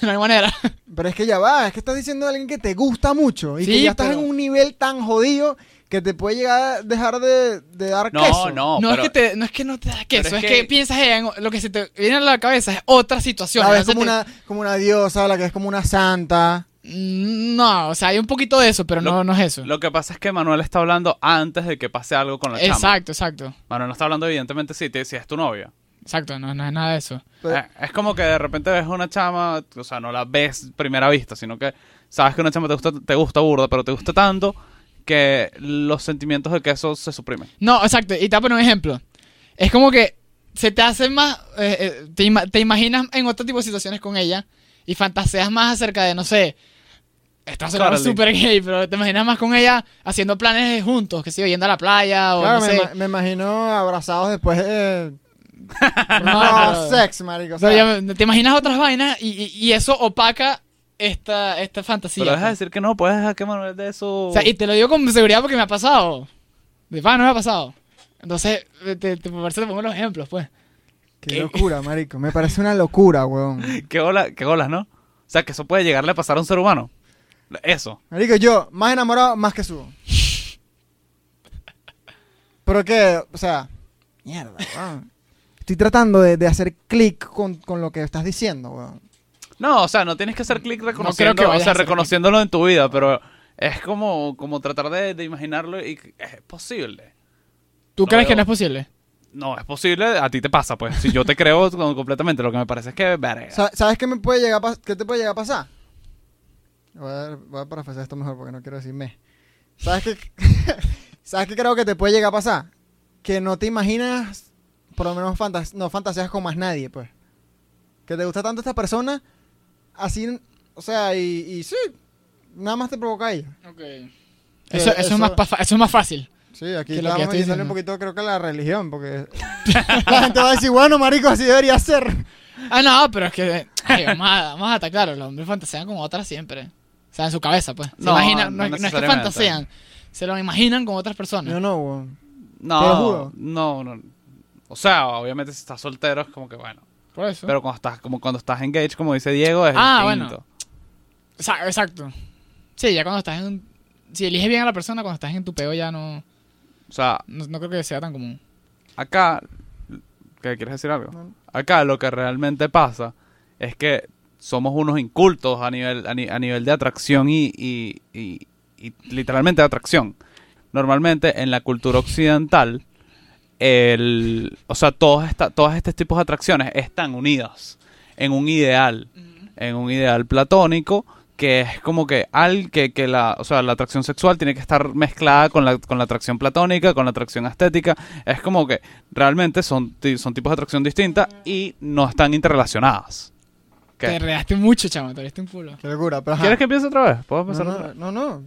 S3: No hay manera.
S2: Pero es que ya va, es que estás diciendo a alguien que te gusta mucho y que
S3: Sí,
S2: ya estás
S3: pero-
S2: en un nivel tan jodido que te puede llegar a dejar de, de dar
S1: No,
S2: queso.
S1: no,
S3: No,
S1: pero...
S3: es que te, no es que no te da queso,
S1: pero
S3: es,
S1: es
S3: que,
S1: que-
S3: piensas en lo que se te viene a la cabeza es otra situación.
S2: La ves
S3: entonces
S2: como una, como una diosa, la que es como una santa.
S3: te- Mm, No, o sea, hay un poquito de eso, pero
S1: Lo-
S3: no, no es eso.
S1: Lo que pasa es que Manuel está hablando antes de que pase algo con la chama.
S3: Exacto, exacto.
S1: Manuel no está hablando evidentemente si, te, si es tu novia.
S3: Exacto, no, no es nada de eso.
S2: Pero-
S1: Eh, es como que de repente ves una chama, o sea, no la ves primera vista, sino que sabes que una chama te gusta, te gusta burda, pero te gusta tanto que los sentimientos de que eso se suprimen.
S3: No, exacto. Y te voy a poner un ejemplo. Es como que se te hace más. eh, eh, te, ima- te imaginas en otro tipo de situaciones con ella y fantaseas más acerca de, no sé. Estás sonando
S1: Carly.
S3: súper gay, pero te imaginas más con ella haciendo planes juntos, que sé yo, yendo a la playa o
S2: Claro,
S3: no
S2: me,
S3: sé.
S2: ima- me imagino abrazados después de.
S3: No,
S2: No, sex, marico. o sea,
S3: pero ya- te imaginas otras vainas y, y- y eso opaca esta, esta fantasía.
S1: pero
S3: pues.
S1: deja de decir que no, puedes dejar que Manuel de eso...
S3: O sea, y te lo digo con seguridad porque me ha pasado. De pana, no me ha pasado. Entonces, te, te, por eso te pongo los ejemplos, pues.
S2: Qué locura, marico. Me parece una locura, weón.
S1: ¿Qué, ola, qué olas, ¿no? O sea, que eso puede llegarle a pasar a un ser humano. Eso.
S2: Marico, yo, más enamorado, más que subo. Pero que, o sea. Mierda, weón. Estoy tratando de, de hacer clic con, con lo que estás diciendo, weón.
S1: No, o sea, no tienes que hacer clic reconociendo,
S3: creo que
S1: o
S3: vayas a
S1: sea,
S3: hacer clic.
S1: reconociéndolo en tu vida, pero es como, como tratar de, de imaginarlo y que- es posible.
S3: ¿Tú
S1: No
S3: crees que
S1: veo.
S3: no es posible?
S1: No, es posible, a ti te pasa, pues. Si yo te creo con- completamente, lo que me parece es que, verga.
S2: Sa- ¿Sabes qué, me puede llegar a pas- qué te puede llegar a pasar? Voy a, voy a parafrasear esto mejor porque no quiero decir me. ¿Sabes qué, ¿Sabes qué creo que te puede llegar a pasar? Que no te imaginas, por lo menos fantas no fantaseas con más nadie, pues. Que te gusta tanto esta persona, así, o sea, y, y sí, nada más te provoca a ella.
S3: Eso,
S2: Eh,
S3: eso,
S2: eso-
S3: Es más pa- eso es más fácil.
S2: Sí, aquí
S3: Que lo que
S2: estamos
S3: estoy
S2: metiéndole
S3: diciendo.
S2: un poquito, creo que a la religión, porque la gente va a decir, bueno, marico, así debería ser.
S3: Ah, no, pero es que. ay, vamos, a, vamos a estar claros, los hombres fantasean con otras siempre. O sea, en su cabeza, pues. Se
S1: No, no
S3: imaginan, no, es- no es que
S1: necesariamente.
S3: fantasean, se lo imaginan con otras personas.
S2: Yo no, weón.
S1: No,
S2: te lo juro.
S1: no, no. O sea, obviamente si estás soltero es como que bueno.
S3: Por eso.
S1: Pero cuando estás, como cuando estás engaged, como dice Diego, es
S3: Ah,
S1: distinto.
S3: O sea, exacto. Sí, ya cuando estás en. Si eliges bien a la persona, cuando estás en tu peo ya no.
S1: O sea,
S3: No, no creo que sea tan común.
S1: acá, ¿qué quieres decir algo?
S2: No.
S1: Acá lo que realmente pasa es que somos unos incultos a nivel, a ni- a nivel de atracción y, y- y- y literalmente de atracción. Normalmente en la cultura occidental, el, o sea, todos esta, todas estos tipos de atracciones están unidas en un ideal, en un ideal platónico que es como que al que, que la, o sea, la atracción sexual tiene que estar mezclada con la, con la atracción platónica, con la atracción estética. Es como que realmente son, ti- son tipos de atracción distintas y no están interrelacionadas. ¿Qué?
S3: Te enredaste mucho, chamo, te diste un culo.
S2: Qué locura, pero ajá.
S1: ¿Quieres que empiece otra vez? ¿Puedo
S2: no,
S1: empezar otra
S2: no,
S1: vez?
S2: no, no.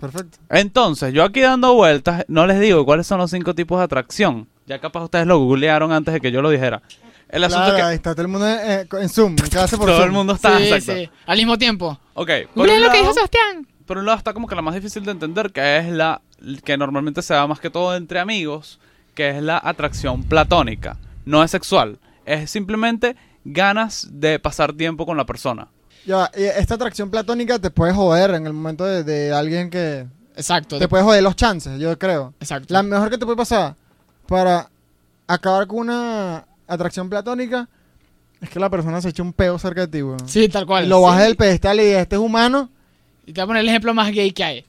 S2: Perfecto.
S1: Entonces, yo aquí dando vueltas, no les digo cuáles son los cinco tipos de atracción. Ya capaz ustedes lo googlearon antes de que yo lo dijera. El asunto
S2: Claro,
S1: es
S2: ahí
S1: que
S2: está todo el mundo eh, en Zoom, en clase por
S1: todo
S2: Zoom.
S1: el mundo está...
S3: sí,
S1: exacto.
S3: sí. Al mismo tiempo.
S1: Ok. por
S3: Mira
S1: un
S3: lo que dijo
S1: lado-
S3: Sebastián.
S1: por un lado está como que la más difícil de entender, que es la que normalmente se da más que todo entre amigos, que es la atracción platónica. No es sexual, es simplemente ganas de pasar tiempo con la persona.
S2: Ya, va, y esta atracción platónica te puede joder en el momento de, de alguien que...
S3: Exacto.
S2: Te puede joder los chances, yo creo.
S3: Exacto.
S2: La mejor que te puede pasar para acabar con una atracción platónica es que la persona se eche un peo cerca de ti, weón.
S3: Sí, tal cual.
S2: Lo baje
S3: Sí.
S2: del pedestal y diga, este es humano.
S3: Y te voy a poner el ejemplo más gay que hay.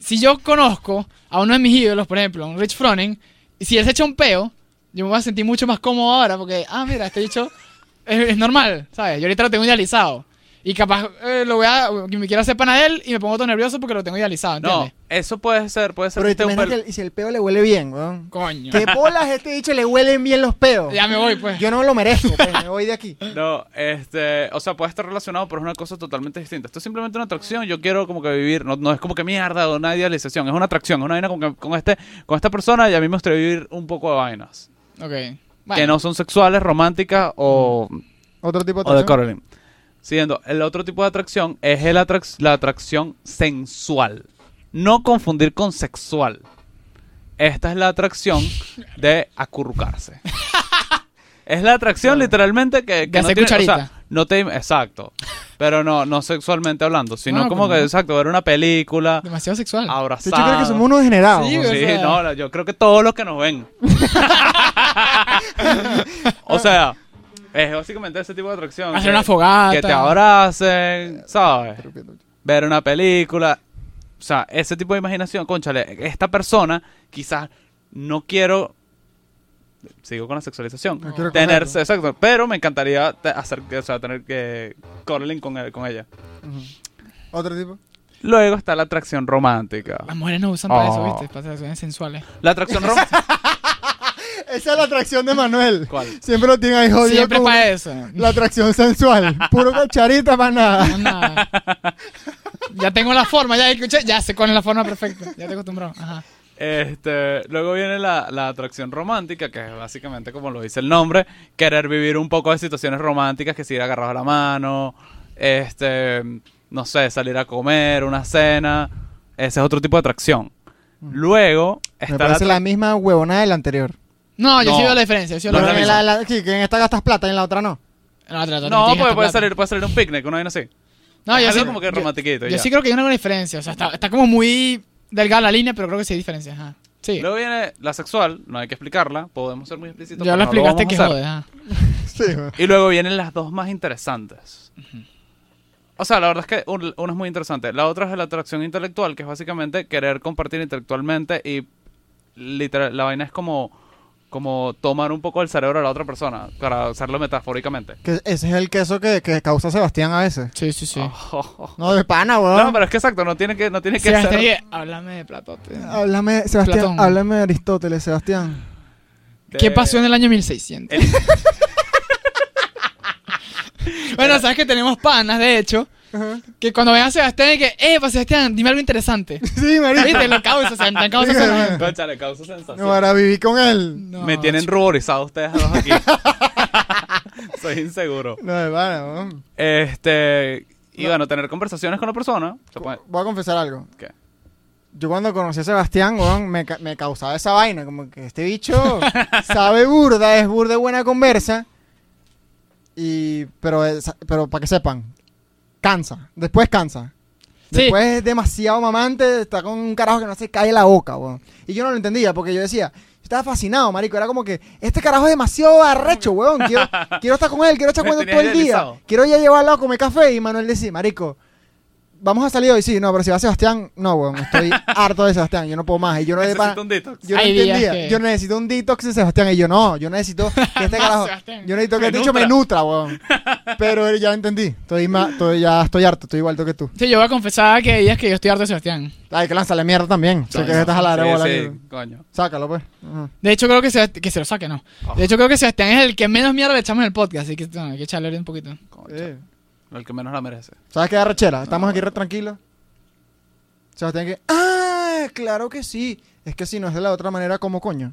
S3: Si yo conozco a uno de mis ídolos, por ejemplo, un Rich Froning, y si él se echa un peo, yo me voy a sentir mucho más cómodo ahora porque, ah, mira, este dicho es, es normal, ¿sabes? Yo ahorita lo tengo idealizado. Y capaz eh, lo voy a, que me quiera hacer pana de él y me pongo todo nervioso porque lo tengo idealizado,
S1: No,
S3: ¿entiendes?
S1: eso puede ser, puede ser
S2: Ah, Pero
S1: que te-
S2: te imaginas que el- y si el peo le huele bien, weón.
S3: Coño.
S2: ¿Qué bolas este dicho le huelen bien los peos?
S3: Ya me voy, pues.
S2: Yo no lo merezco, pues, me voy de aquí.
S1: No, este, o sea, puede estar relacionado, pero es una cosa totalmente distinta. Esto es simplemente una atracción, yo quiero como que vivir, no, no es como que mierda o una idealización, es una atracción, es una vaina con, que- con este, con esta persona y a mí me gustaría vivir un poco de vainas.
S3: Ok.
S1: Que
S3: Bueno,
S1: no son sexuales, románticas o
S2: Otro tipo de
S1: O de
S2: atracción.
S1: Caroline. Siguiendo, el otro tipo de atracción es el atrac- la atracción sensual. No confundir con sexual. Esta es la atracción de acurrucarse. es la atracción literalmente que, que
S3: De
S1: no
S3: hacer
S1: tiene- o sea,
S3: cucharita.
S1: no te exacto. Pero no, no sexualmente hablando, sino
S3: No,
S1: como
S3: como
S1: que
S3: no.
S1: exacto, ver una película,
S3: demasiado sexual.
S2: Sí,
S1: abrazar.
S2: yo creo que somos unos degenerados.
S3: Sí,
S2: weón.
S3: o
S1: Sí,
S3: sea-
S1: no, yo creo que todos los que nos ven. o sea, es básicamente ese tipo de atracción.
S3: Hacer
S1: que-
S3: una fogata.
S1: Que te abracen, ¿sabes? Ver una película. O sea, ese tipo de imaginación, conchale, esta persona quizás no quiero... Sigo con la sexualización.
S2: No quiero
S1: Tener,
S2: cogerlo.
S1: exacto, pero me encantaría te- hacer, o sea, tener que cuddling con, él- con ella.
S2: Ujú. Otro tipo.
S1: Luego está la atracción romántica.
S3: Las mujeres no usan para eso,
S1: Oh.
S3: ¿viste? Para atracciones sensuales.
S1: La atracción romántica...
S2: Esa es la atracción de Manuel.
S1: ¿Cuál?
S2: Siempre lo tiene ahí jodido.
S3: Siempre
S2: con
S3: para eso.
S2: La atracción sensual. Puro cacharita más nada.
S3: No, nada. ya tengo la forma, ya escuché, ya sé cuál es la forma perfecta. Ya te acostumbró. Ajá.
S1: Este, luego viene la, la atracción romántica, que es básicamente como lo dice el nombre, querer vivir un poco de situaciones románticas, que si ir agarrado a la mano, este, no sé, salir a comer, una cena, ese es otro tipo de atracción.
S3: Mm.
S1: Luego
S2: Me
S1: está la,
S2: parece la misma huevonada del anterior.
S3: No, yo
S1: No.
S3: sí veo la diferencia. Yo sí veo
S1: No
S3: la
S1: es la
S2: Porque
S3: diferencia.
S2: la- la- sí, que en esta gastas plata y en la otra no.
S3: No, otra, otra,
S1: no, pues,
S3: tienes
S1: puede,
S3: esta
S1: puede
S3: plata.
S1: salir, puede salir un picnic, una vaina así.
S3: este No, yo
S1: Algo
S3: sí,
S1: como que
S3: yo-
S1: romantiquito,
S3: Yo,
S1: ya.
S3: sí creo que hay una diferencia. O sea, está, está como muy delgada la línea, pero creo que sí hay diferencia. Ajá. Sí.
S1: Luego viene la sexual, no hay que explicarla, podemos ser muy explícitos.
S3: Ya
S1: pero
S3: lo
S1: no vamos
S3: explicaste
S1: a
S3: que
S1: hacer.
S3: jode. Ajá.
S2: Sí, weón.
S1: Y luego vienen las dos más interesantes. O sea, la verdad es que un- una es muy interesante. La otra es la atracción intelectual, que es básicamente querer compartir intelectualmente y literal, la vaina es como, como tomar un poco el cerebro de la otra persona, para usarlo metafóricamente.
S2: Que ese es el queso que, que causa Sebastián a veces.
S3: Sí, sí, sí.
S1: Ah,
S2: No, de pana, weón.
S1: No, pero es que exacto, no tiene que, no tiene que
S3: Sebastián,
S1: ser...
S3: y- háblame de Platote.
S2: Ah, Háblame, Sebastián,
S3: Platón.
S2: háblame de Aristóteles, Sebastián.
S1: de-
S3: ¿Qué pasó en el año 1600? bueno, sabes que tenemos panas, de hecho, que cuando vean a Sebastián y que, eh, pa, Sebastián, dime algo interesante.
S2: Sí, marico.
S3: ¿Viste? Lo causa, Sebastián, causa
S2: Sí,
S3: esa-
S2: weón.
S1: Cónchale, causa sensación.
S2: No, ahora viví con él.
S3: No,
S1: Me tienen
S3: chico.
S1: ruborizado ustedes dos aquí. Soy inseguro.
S2: No, de pana, weón.
S1: Este... Y
S2: No.
S1: bueno, tener conversaciones con la persona. se puede-
S2: Voy a confesar algo.
S1: ¿Qué?
S2: Yo cuando conocí a Sebastián, weón, me, ca- me causaba esa vaina. Como que este bicho sabe burda, es burda de buena conversa. Y, pero, es- pero para que sepan, cansa. Después cansa.
S3: Sí.
S2: Después es demasiado mamante, está con un carajo que no se cae la boca, weón. Y yo no lo entendía porque yo decía, estaba fascinado, marico. Era como que, este carajo es demasiado arrecho, weón. Quiero, quiero estar con él, quiero echar
S1: Me
S2: cuenta
S1: tenía
S2: todo el día.
S1: idealizado.
S2: Quiero ya llevarlo a comer café. Y Manuel decía, marico, vamos a salir hoy. Sí, no, pero si va Sebastián, no, weón. Estoy harto de Sebastián. Yo no puedo más. Y yo no, de pana-
S1: Necesito un detox.
S2: yo no
S3: Hay días
S2: entendía.
S3: que-
S2: Yo necesito un detox de Sebastián. Y yo, no, yo necesito que este carajo.
S3: Sebastián.
S2: Yo necesito que
S1: Me
S2: este dicho me nutra, weón. Pero ya entendí. Estoy, ma- estoy- ya estoy harto, estoy igual que tú.
S3: Sí, yo voy a confesar que hay días que yo estoy harto de Sebastián.
S2: Ay, que lánzale mierda también. Sé
S1: Coño.
S2: que estás a la
S1: Sí,
S2: bola.
S1: sí,
S2: que-
S1: coño.
S2: Sácalo, pues. Ujú.
S3: De hecho, creo que se, que se lo saque, ¿no? De hecho, creo que Sebastián es el que menos mierda le echamos en el podcast, así que no, hay que echarle ahorita un poquito.
S1: Concha, El que menos la merece.
S2: ¿Sabes qué arrechera? Estamos
S1: No,
S2: aquí re tranquilos. Sebastián que. ¡Ah! Claro que sí. Es que si no es de la otra manera, como coño.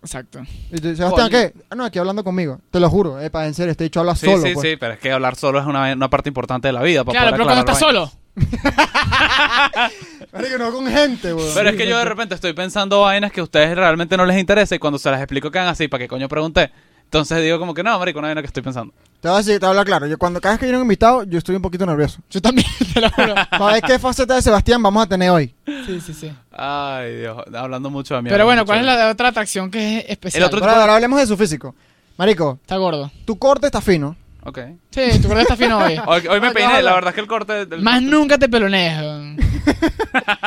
S3: Exacto.
S2: Y tú, Sebastián,
S1: Coño.
S2: ¿qué? Ah, no, aquí hablando conmigo. Te lo juro. Epa, en serio, este dicho habla
S1: Sí,
S2: solo.
S1: sí,
S2: pues.
S1: sí, pero es que hablar solo es una, una parte importante de la vida. para
S3: Claro,
S1: poder
S3: pero cuando
S1: aclarar
S3: estás
S1: vainas.
S3: solo.
S2: Marico, no con gente, weón.
S1: Pero es que yo de repente estoy pensando vainas que a ustedes realmente no les interesa y cuando se las explico quedan así, ¿para qué coño pregunté? Entonces digo como que no, marico, una vaina que estoy pensando.
S2: Te voy a decir, te voy a hablar claro. Yo cuando cada vez que viene un invitado, yo estoy un poquito nervioso.
S3: Yo también, te lo juro.
S2: Para ver qué faceta de Sebastián vamos a tener hoy.
S3: Sí, sí, sí.
S1: Ay, Dios, hablando mucho de mierda.
S3: Pero bueno,
S1: mucho
S3: ¿cuál es
S1: de-
S3: la otra atracción que es especial?
S1: El otro-
S2: Pero ahora hablemos de su físico. Marico,
S3: Está gordo.
S2: tu corte está fino.
S1: Ok.
S3: Sí, tu gordo está fino hoy.
S1: Hoy, hoy me
S2: Ah,
S1: peiné,
S2: claro.
S1: la verdad es que el corte... del-
S3: Más nunca te pelonees. weón.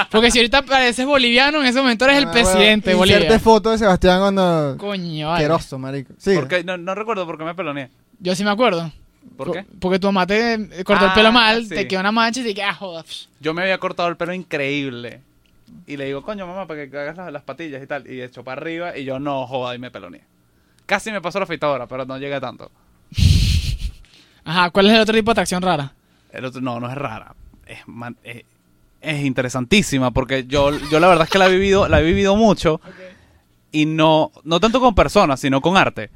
S3: Porque si ahorita pareces boliviano, en ese momento eres el
S2: Ah,
S3: presidente de
S2: weón, inserte
S3: Bolivia.
S2: foto de Sebastián cuando...
S3: Coño, vale.
S2: Asqueroso, marico. Sí.
S1: Porque, no, no recuerdo por qué me peloneé.
S3: Yo sí me acuerdo.
S1: ¿Por
S3: Co-
S1: qué?
S3: Porque tu mamá te eh, cortó el
S1: Ah,
S3: pelo mal,
S1: sí.
S3: te quedó una mancha y te dije, ah, joda. pf.
S1: Yo me había cortado el pelo increíble. Y le digo, coño, mamá, para que hagas las, las patillas y tal. Y echó para arriba y yo, no, joda, y me peloneé. Casi me pasó la afeitadora, pero no llegué tanto.
S3: Ajá, ¿cuál es el otro tipo de atracción rara?
S1: El otro, no, no es rara. Es, man- es, es interesantísima porque yo, yo la verdad es que la he vivido, la he vivido mucho. Y no, no tanto con personas, sino con arte.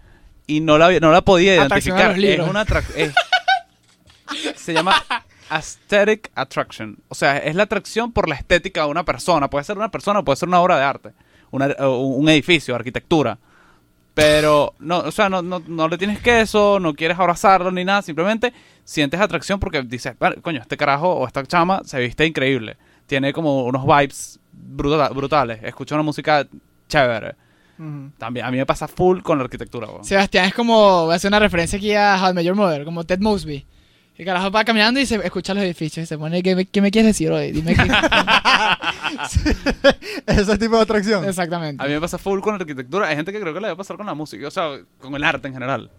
S1: Y no la, no la podía
S3: Atracción a
S1: identificar.
S3: los libros.
S1: Es una atrac- es- se llama aesthetic attraction. O sea, es la atracción por la estética de una persona. Puede ser una persona, puede ser una obra de arte. Una- o un edificio, arquitectura. Pero, no, o sea, no, no, no le tienes queso, no quieres abrazarlo ni nada, simplemente sientes atracción porque dices, "Vale, coño, este carajo o esta chama se viste increíble. Tiene como unos vibes bruta- brutales, escucha una música chévere.
S2: Ujú.
S1: También, a mí me pasa full con la arquitectura, weón.
S3: Sebastián es como, voy a hacer una referencia aquí a How I Met Your Mother, como Ted Mosby. El carajo va caminando y se escucha los edificios y se pone, ¿qué me, qué me quieres decir hoy? Dime qué. Ah.
S2: Ese tipo de atracción.
S3: Exactamente.
S1: A mí me pasa full con la arquitectura. Hay gente que creo que le va a pasar con la música, o sea, con el arte en general.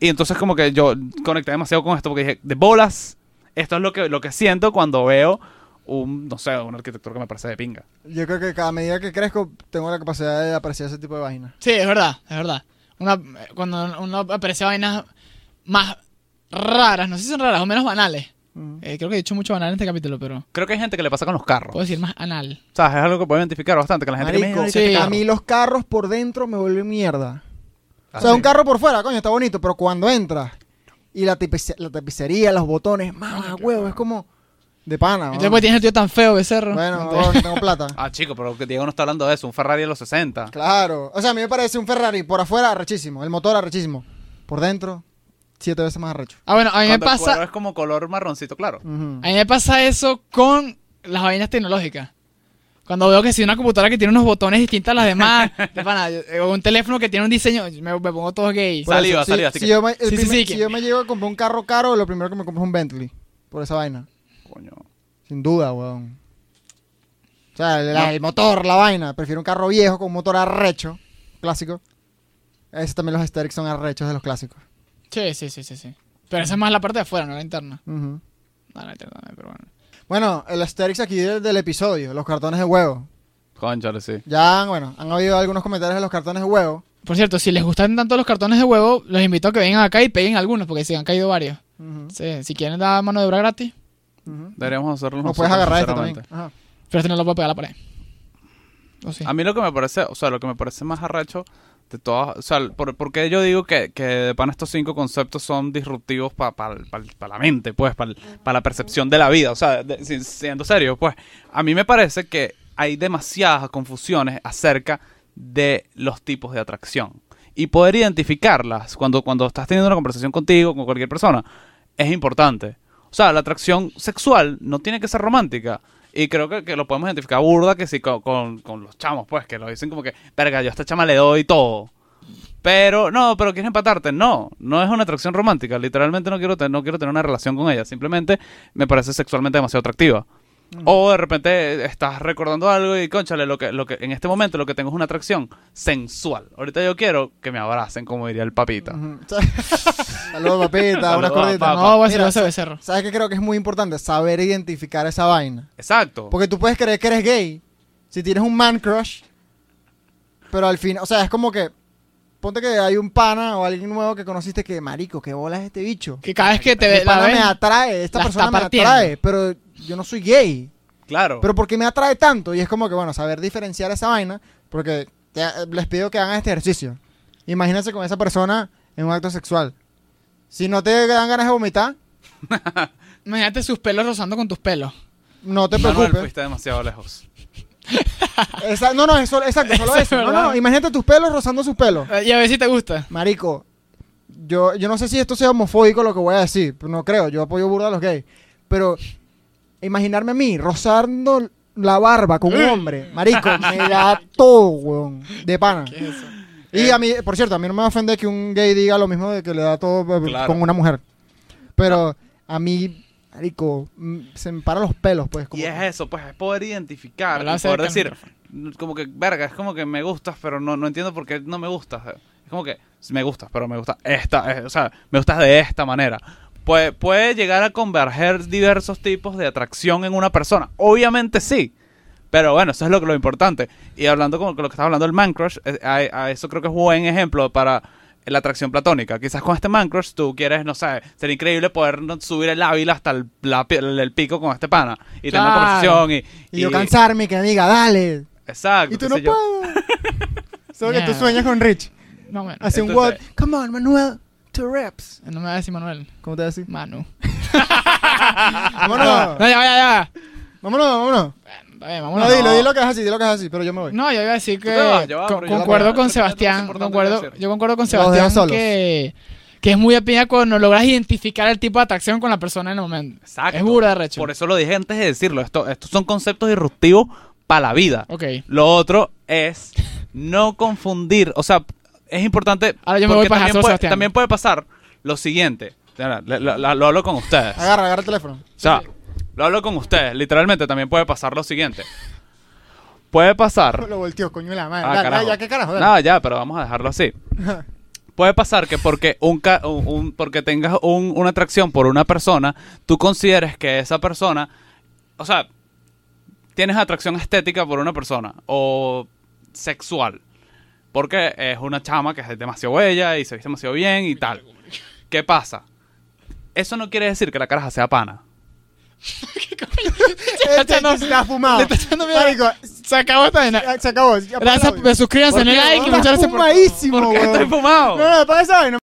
S1: Y entonces como que yo conecté demasiado con esto porque dije, de bolas, esto es lo que, lo que siento cuando veo un, no sé, un arquitectura que me parece de pinga.
S2: Yo creo que cada medida que crezco, tengo la capacidad de apreciar ese tipo de vainas.
S3: Sí, es verdad, es verdad. Una, cuando uno aprecia vainas más raras, no sé si son raras o menos banales.
S2: Ujú.
S3: Eh, creo que he dicho mucho banal en este capítulo, pero
S1: Creo que hay gente que le pasa con los carros.
S3: puedo decir más anal.
S1: O sea, es algo que puedo identificar bastante. Que la gente que me
S2: Marico,
S1: dice,
S3: sí.
S1: "Este
S2: a
S1: carro".
S2: mí los carros por dentro me vuelven mierda. O sea,
S1: Así.
S2: un carro por fuera, coño, está bonito, pero cuando entras y la, tapice- la tapicería, los botones, mamá, huevo, es como de pana.
S3: Entonces,
S2: weón.
S3: pues tienes el tío tan feo, becerro.
S2: Bueno,
S3: Entonces-
S2: weón, tengo plata.
S1: Ah, chico, pero que Diego no está hablando de eso. Un Ferrari de los 60.
S2: Claro. O sea, a mí me parece un Ferrari por afuera arrechísimo, el motor arrechísimo. Por dentro, siete veces más arrecho.
S3: ah, bueno, a mí me
S1: Cuando el cuero
S3: pasa,
S1: es como color marroncito, claro.
S2: Ujú.
S3: a mí me pasa eso con las vainas tecnológicas. Cuando veo que si una computadora que tiene unos botones distintos a las demás, de pana, yo- eh, o un teléfono que tiene un diseño, yo me, me pongo todo gay.
S1: Por Saliva,
S2: si,
S1: saliva, así
S2: si
S1: que-
S2: yo me, el
S3: Sí, sí,
S2: primer-
S3: sí,
S2: si
S3: que-
S2: yo me llego a comprar un carro caro, lo primero que me compro es un Bentley. Por esa vaina.
S1: Coño.
S2: Sin duda, weón. O sea, el, el motor, la vaina. Prefiero un carro viejo con un motor arrecho. Clásico. Ese también los aesthetics son arrechos de los clásicos.
S3: Sí, sí, sí, sí, sí. Pero esa es más la parte de afuera, no la interna.
S2: Ujú.
S3: No, la interna, pero bueno.
S2: Bueno, el aesthetics aquí del, del episodio, los cartones de huevo.
S1: Cónchale, sí.
S2: Ya, bueno, han habido algunos comentarios de los cartones de huevo.
S3: Por cierto, si les gustan tanto los cartones de huevo, los invito a que vengan acá y peguen algunos, porque se han caído varios.
S2: Ujú,
S3: Sí, si quieren dar mano de obra gratis,
S2: ujú.
S1: Deberíamos hacerlo
S2: O
S1: nosotros,
S2: puedes agarrar este
S1: sinceramente.
S2: también. Ajá.
S3: pero este no lo puedo pegar a la pared. ¿O sí?
S1: A mí lo que me parece, o sea, lo que me parece más arrecho de todas, o sea, por, porque yo digo que, que de pan estos cinco conceptos son disruptivos para la mente, pues, para la percepción de la vida, o sea, de- si- siendo serio, pues, a mí me parece que hay demasiadas confusiones acerca de los tipos de atracción y poder identificarlas cuando, cuando estás teniendo una conversación contigo, con cualquier persona, es importante. O sea, la atracción sexual no tiene que ser romántica. Y creo que, que lo podemos identificar burda que sí con, con- con los chamos, pues, que lo dicen como que, verga, yo a esta chama le doy todo. Pero, no, pero quieres empatarte. No, no es una atracción romántica. Literalmente no quiero, te- no quiero tener una relación con ella. Simplemente me parece sexualmente demasiado atractiva.
S2: Mm.
S1: O de repente eh, estás recordando algo y, conchale, lo que, lo que, en este momento lo que tengo es una atracción sensual. Ahorita yo quiero que me abracen, como diría el papita.
S2: Ujú. Saludos, papita.
S1: Saludos,
S2: Unas gorditas.
S1: papá.
S3: No, voy a hacer
S2: Mira,
S3: ese becerro.
S2: ¿Sabes qué creo que es muy importante? Saber identificar esa vaina.
S1: Exacto.
S2: Porque tú puedes creer que eres gay si tienes un man crush, pero al fin, o sea, es como que. Ponte que hay un pana o alguien nuevo que conociste que, marico, qué bola es este bicho.
S3: Que cada vez que te
S2: Mi
S3: ve, la
S2: pana
S3: ven,
S2: me atrae, esta
S3: la
S2: persona
S3: está
S2: me
S3: partiendo.
S2: atrae, pero yo no soy gay.
S1: Claro.
S2: Pero ¿por qué me atrae tanto? Y es como que, bueno, saber diferenciar esa vaina, porque te- les pido que hagan este ejercicio. Imagínense con esa persona en un acto sexual. Si no te dan ganas de vomitar,
S3: imagínate sus pelos rozando con tus pelos.
S2: no te
S1: Manuel,
S2: preocupes.
S1: fuiste demasiado lejos.
S2: Esa- no, no, es solo- exacto, solo
S3: Eso es
S2: eso. No, no,
S3: verdad.
S2: no, imagínate tus pelos rozando sus pelos.
S3: Eh, Y a ver si te gusta.
S2: Marico, yo, yo no sé si esto sea homofóbico lo que voy a decir, pero no creo, yo apoyo burda a los gays. Pero imaginarme a mí rozando la barba con
S1: Mm.
S2: un hombre, marico, me da todo, weón, de pana.
S3: ¿Qué es eso?
S2: Y a mí, por cierto, a mí no me ofende que un gay diga lo mismo de que le da todo eh,
S1: Claro.
S2: con una mujer. Pero a mí, marico, mm, se me paran los pelos, pues. Como
S1: Y es eso, pues es poder identificar,
S3: Hablaba
S1: y poder
S3: cerca
S1: decir,
S3: al
S1: como que, verga, es como que me gustas, pero no, no entiendo por qué no me gustas. Es como que me gustas, pero me gusta esta, eh, o sea, me gustas de esta manera. Puede, puede llegar a converger diversos tipos de atracción en una persona. Obviamente sí. Pero bueno, eso es lo, que- lo importante. Y hablando con con lo que estaba hablando el man crush, eh, a, a eso creo que es buen ejemplo para la atracción platónica. Quizás con este man crush tú quieres, no sé, sería increíble poder no- subir el ávila hasta el, la pi- el- el pico con este pana y tener una
S3: Claro.
S1: conversación y,
S2: Y, yo cansarme, que me diga, dale.
S1: Exacto.
S2: Y tú
S1: qué
S2: no
S1: sé yo.
S2: puedes. Solo que tú
S3: Yeah.
S2: sueñas con Rich.
S3: No, bueno. Eh,
S2: Hace un what.
S1: Entonces-
S2: Come on, Manuel. Two reps.
S3: No me va a decir Manuel.
S2: ¿Cómo te decís?
S3: Manu. Ah,
S2: Vámonos.
S3: No, ya, va, ya, ya.
S2: Vámonos, vámonos.
S3: Está bien, vámonos.
S2: No, dilo, pues. dilo que es así, dilo que es así, pero yo me voy.
S3: No, yo iba a decir que
S1: te vas, ya va,
S3: con-
S1: pero yo la
S3: concuerdo
S1: verdad
S3: con
S1: es que tengo cosas
S3: Sebastián,
S1: importantes que
S3: concuerdo,
S1: hacer.
S3: yo concuerdo con
S2: dejo
S3: Sebastián
S2: solos.
S3: que, que es muy apina cuando logras identificar el tipo de atracción con la persona en el momento.
S1: Exacto.
S3: Es burda, recho.
S1: Por eso lo dije antes de decirlo. Esto, estos son conceptos disruptivos para la vida.
S3: Ok.
S1: Lo otro es no confundir. O sea, es importante.
S3: Ahora yo me
S1: porque
S3: voy para
S1: también,
S3: Jesús,
S1: puede,
S3: Sebastián.
S1: también puede pasar lo siguiente. Ahora, la- la- la- lo hablo con ustedes. O
S2: Agarra, agarra el teléfono.
S1: sea, lo hablo con ustedes. Literalmente también puede pasar lo siguiente. Puede pasar.
S2: Lo volteó, coño de la madre.
S1: Ah,
S2: Dale,
S1: carajo.
S2: ya, ¿qué carajo? Dale.
S1: No, ya, pero vamos a dejarlo así. Puede pasar que porque un, ca- un- un- porque tengas un- una atracción por una persona, tú consideres que esa persona, o sea, tienes atracción estética por una persona o sexual, porque es una chama que es demasiado bella y se viste demasiado bien y tal. ¿Qué pasa? Eso no quiere decir que la caraja sea pana.
S2: Este no se la ha fumado.
S3: Le está echando mierda.
S2: Marico,
S3: Se acabó esta vaina.
S2: ya, se acabó. ya, para el
S3: Gracias,
S2: audio.
S3: suscríbanse, denle like y
S2: Estás
S3: muchas gracias por...
S2: fumadísimo,
S1: ¿Por qué
S2: weón.
S1: estoy fumado?
S2: No, no, para eso, no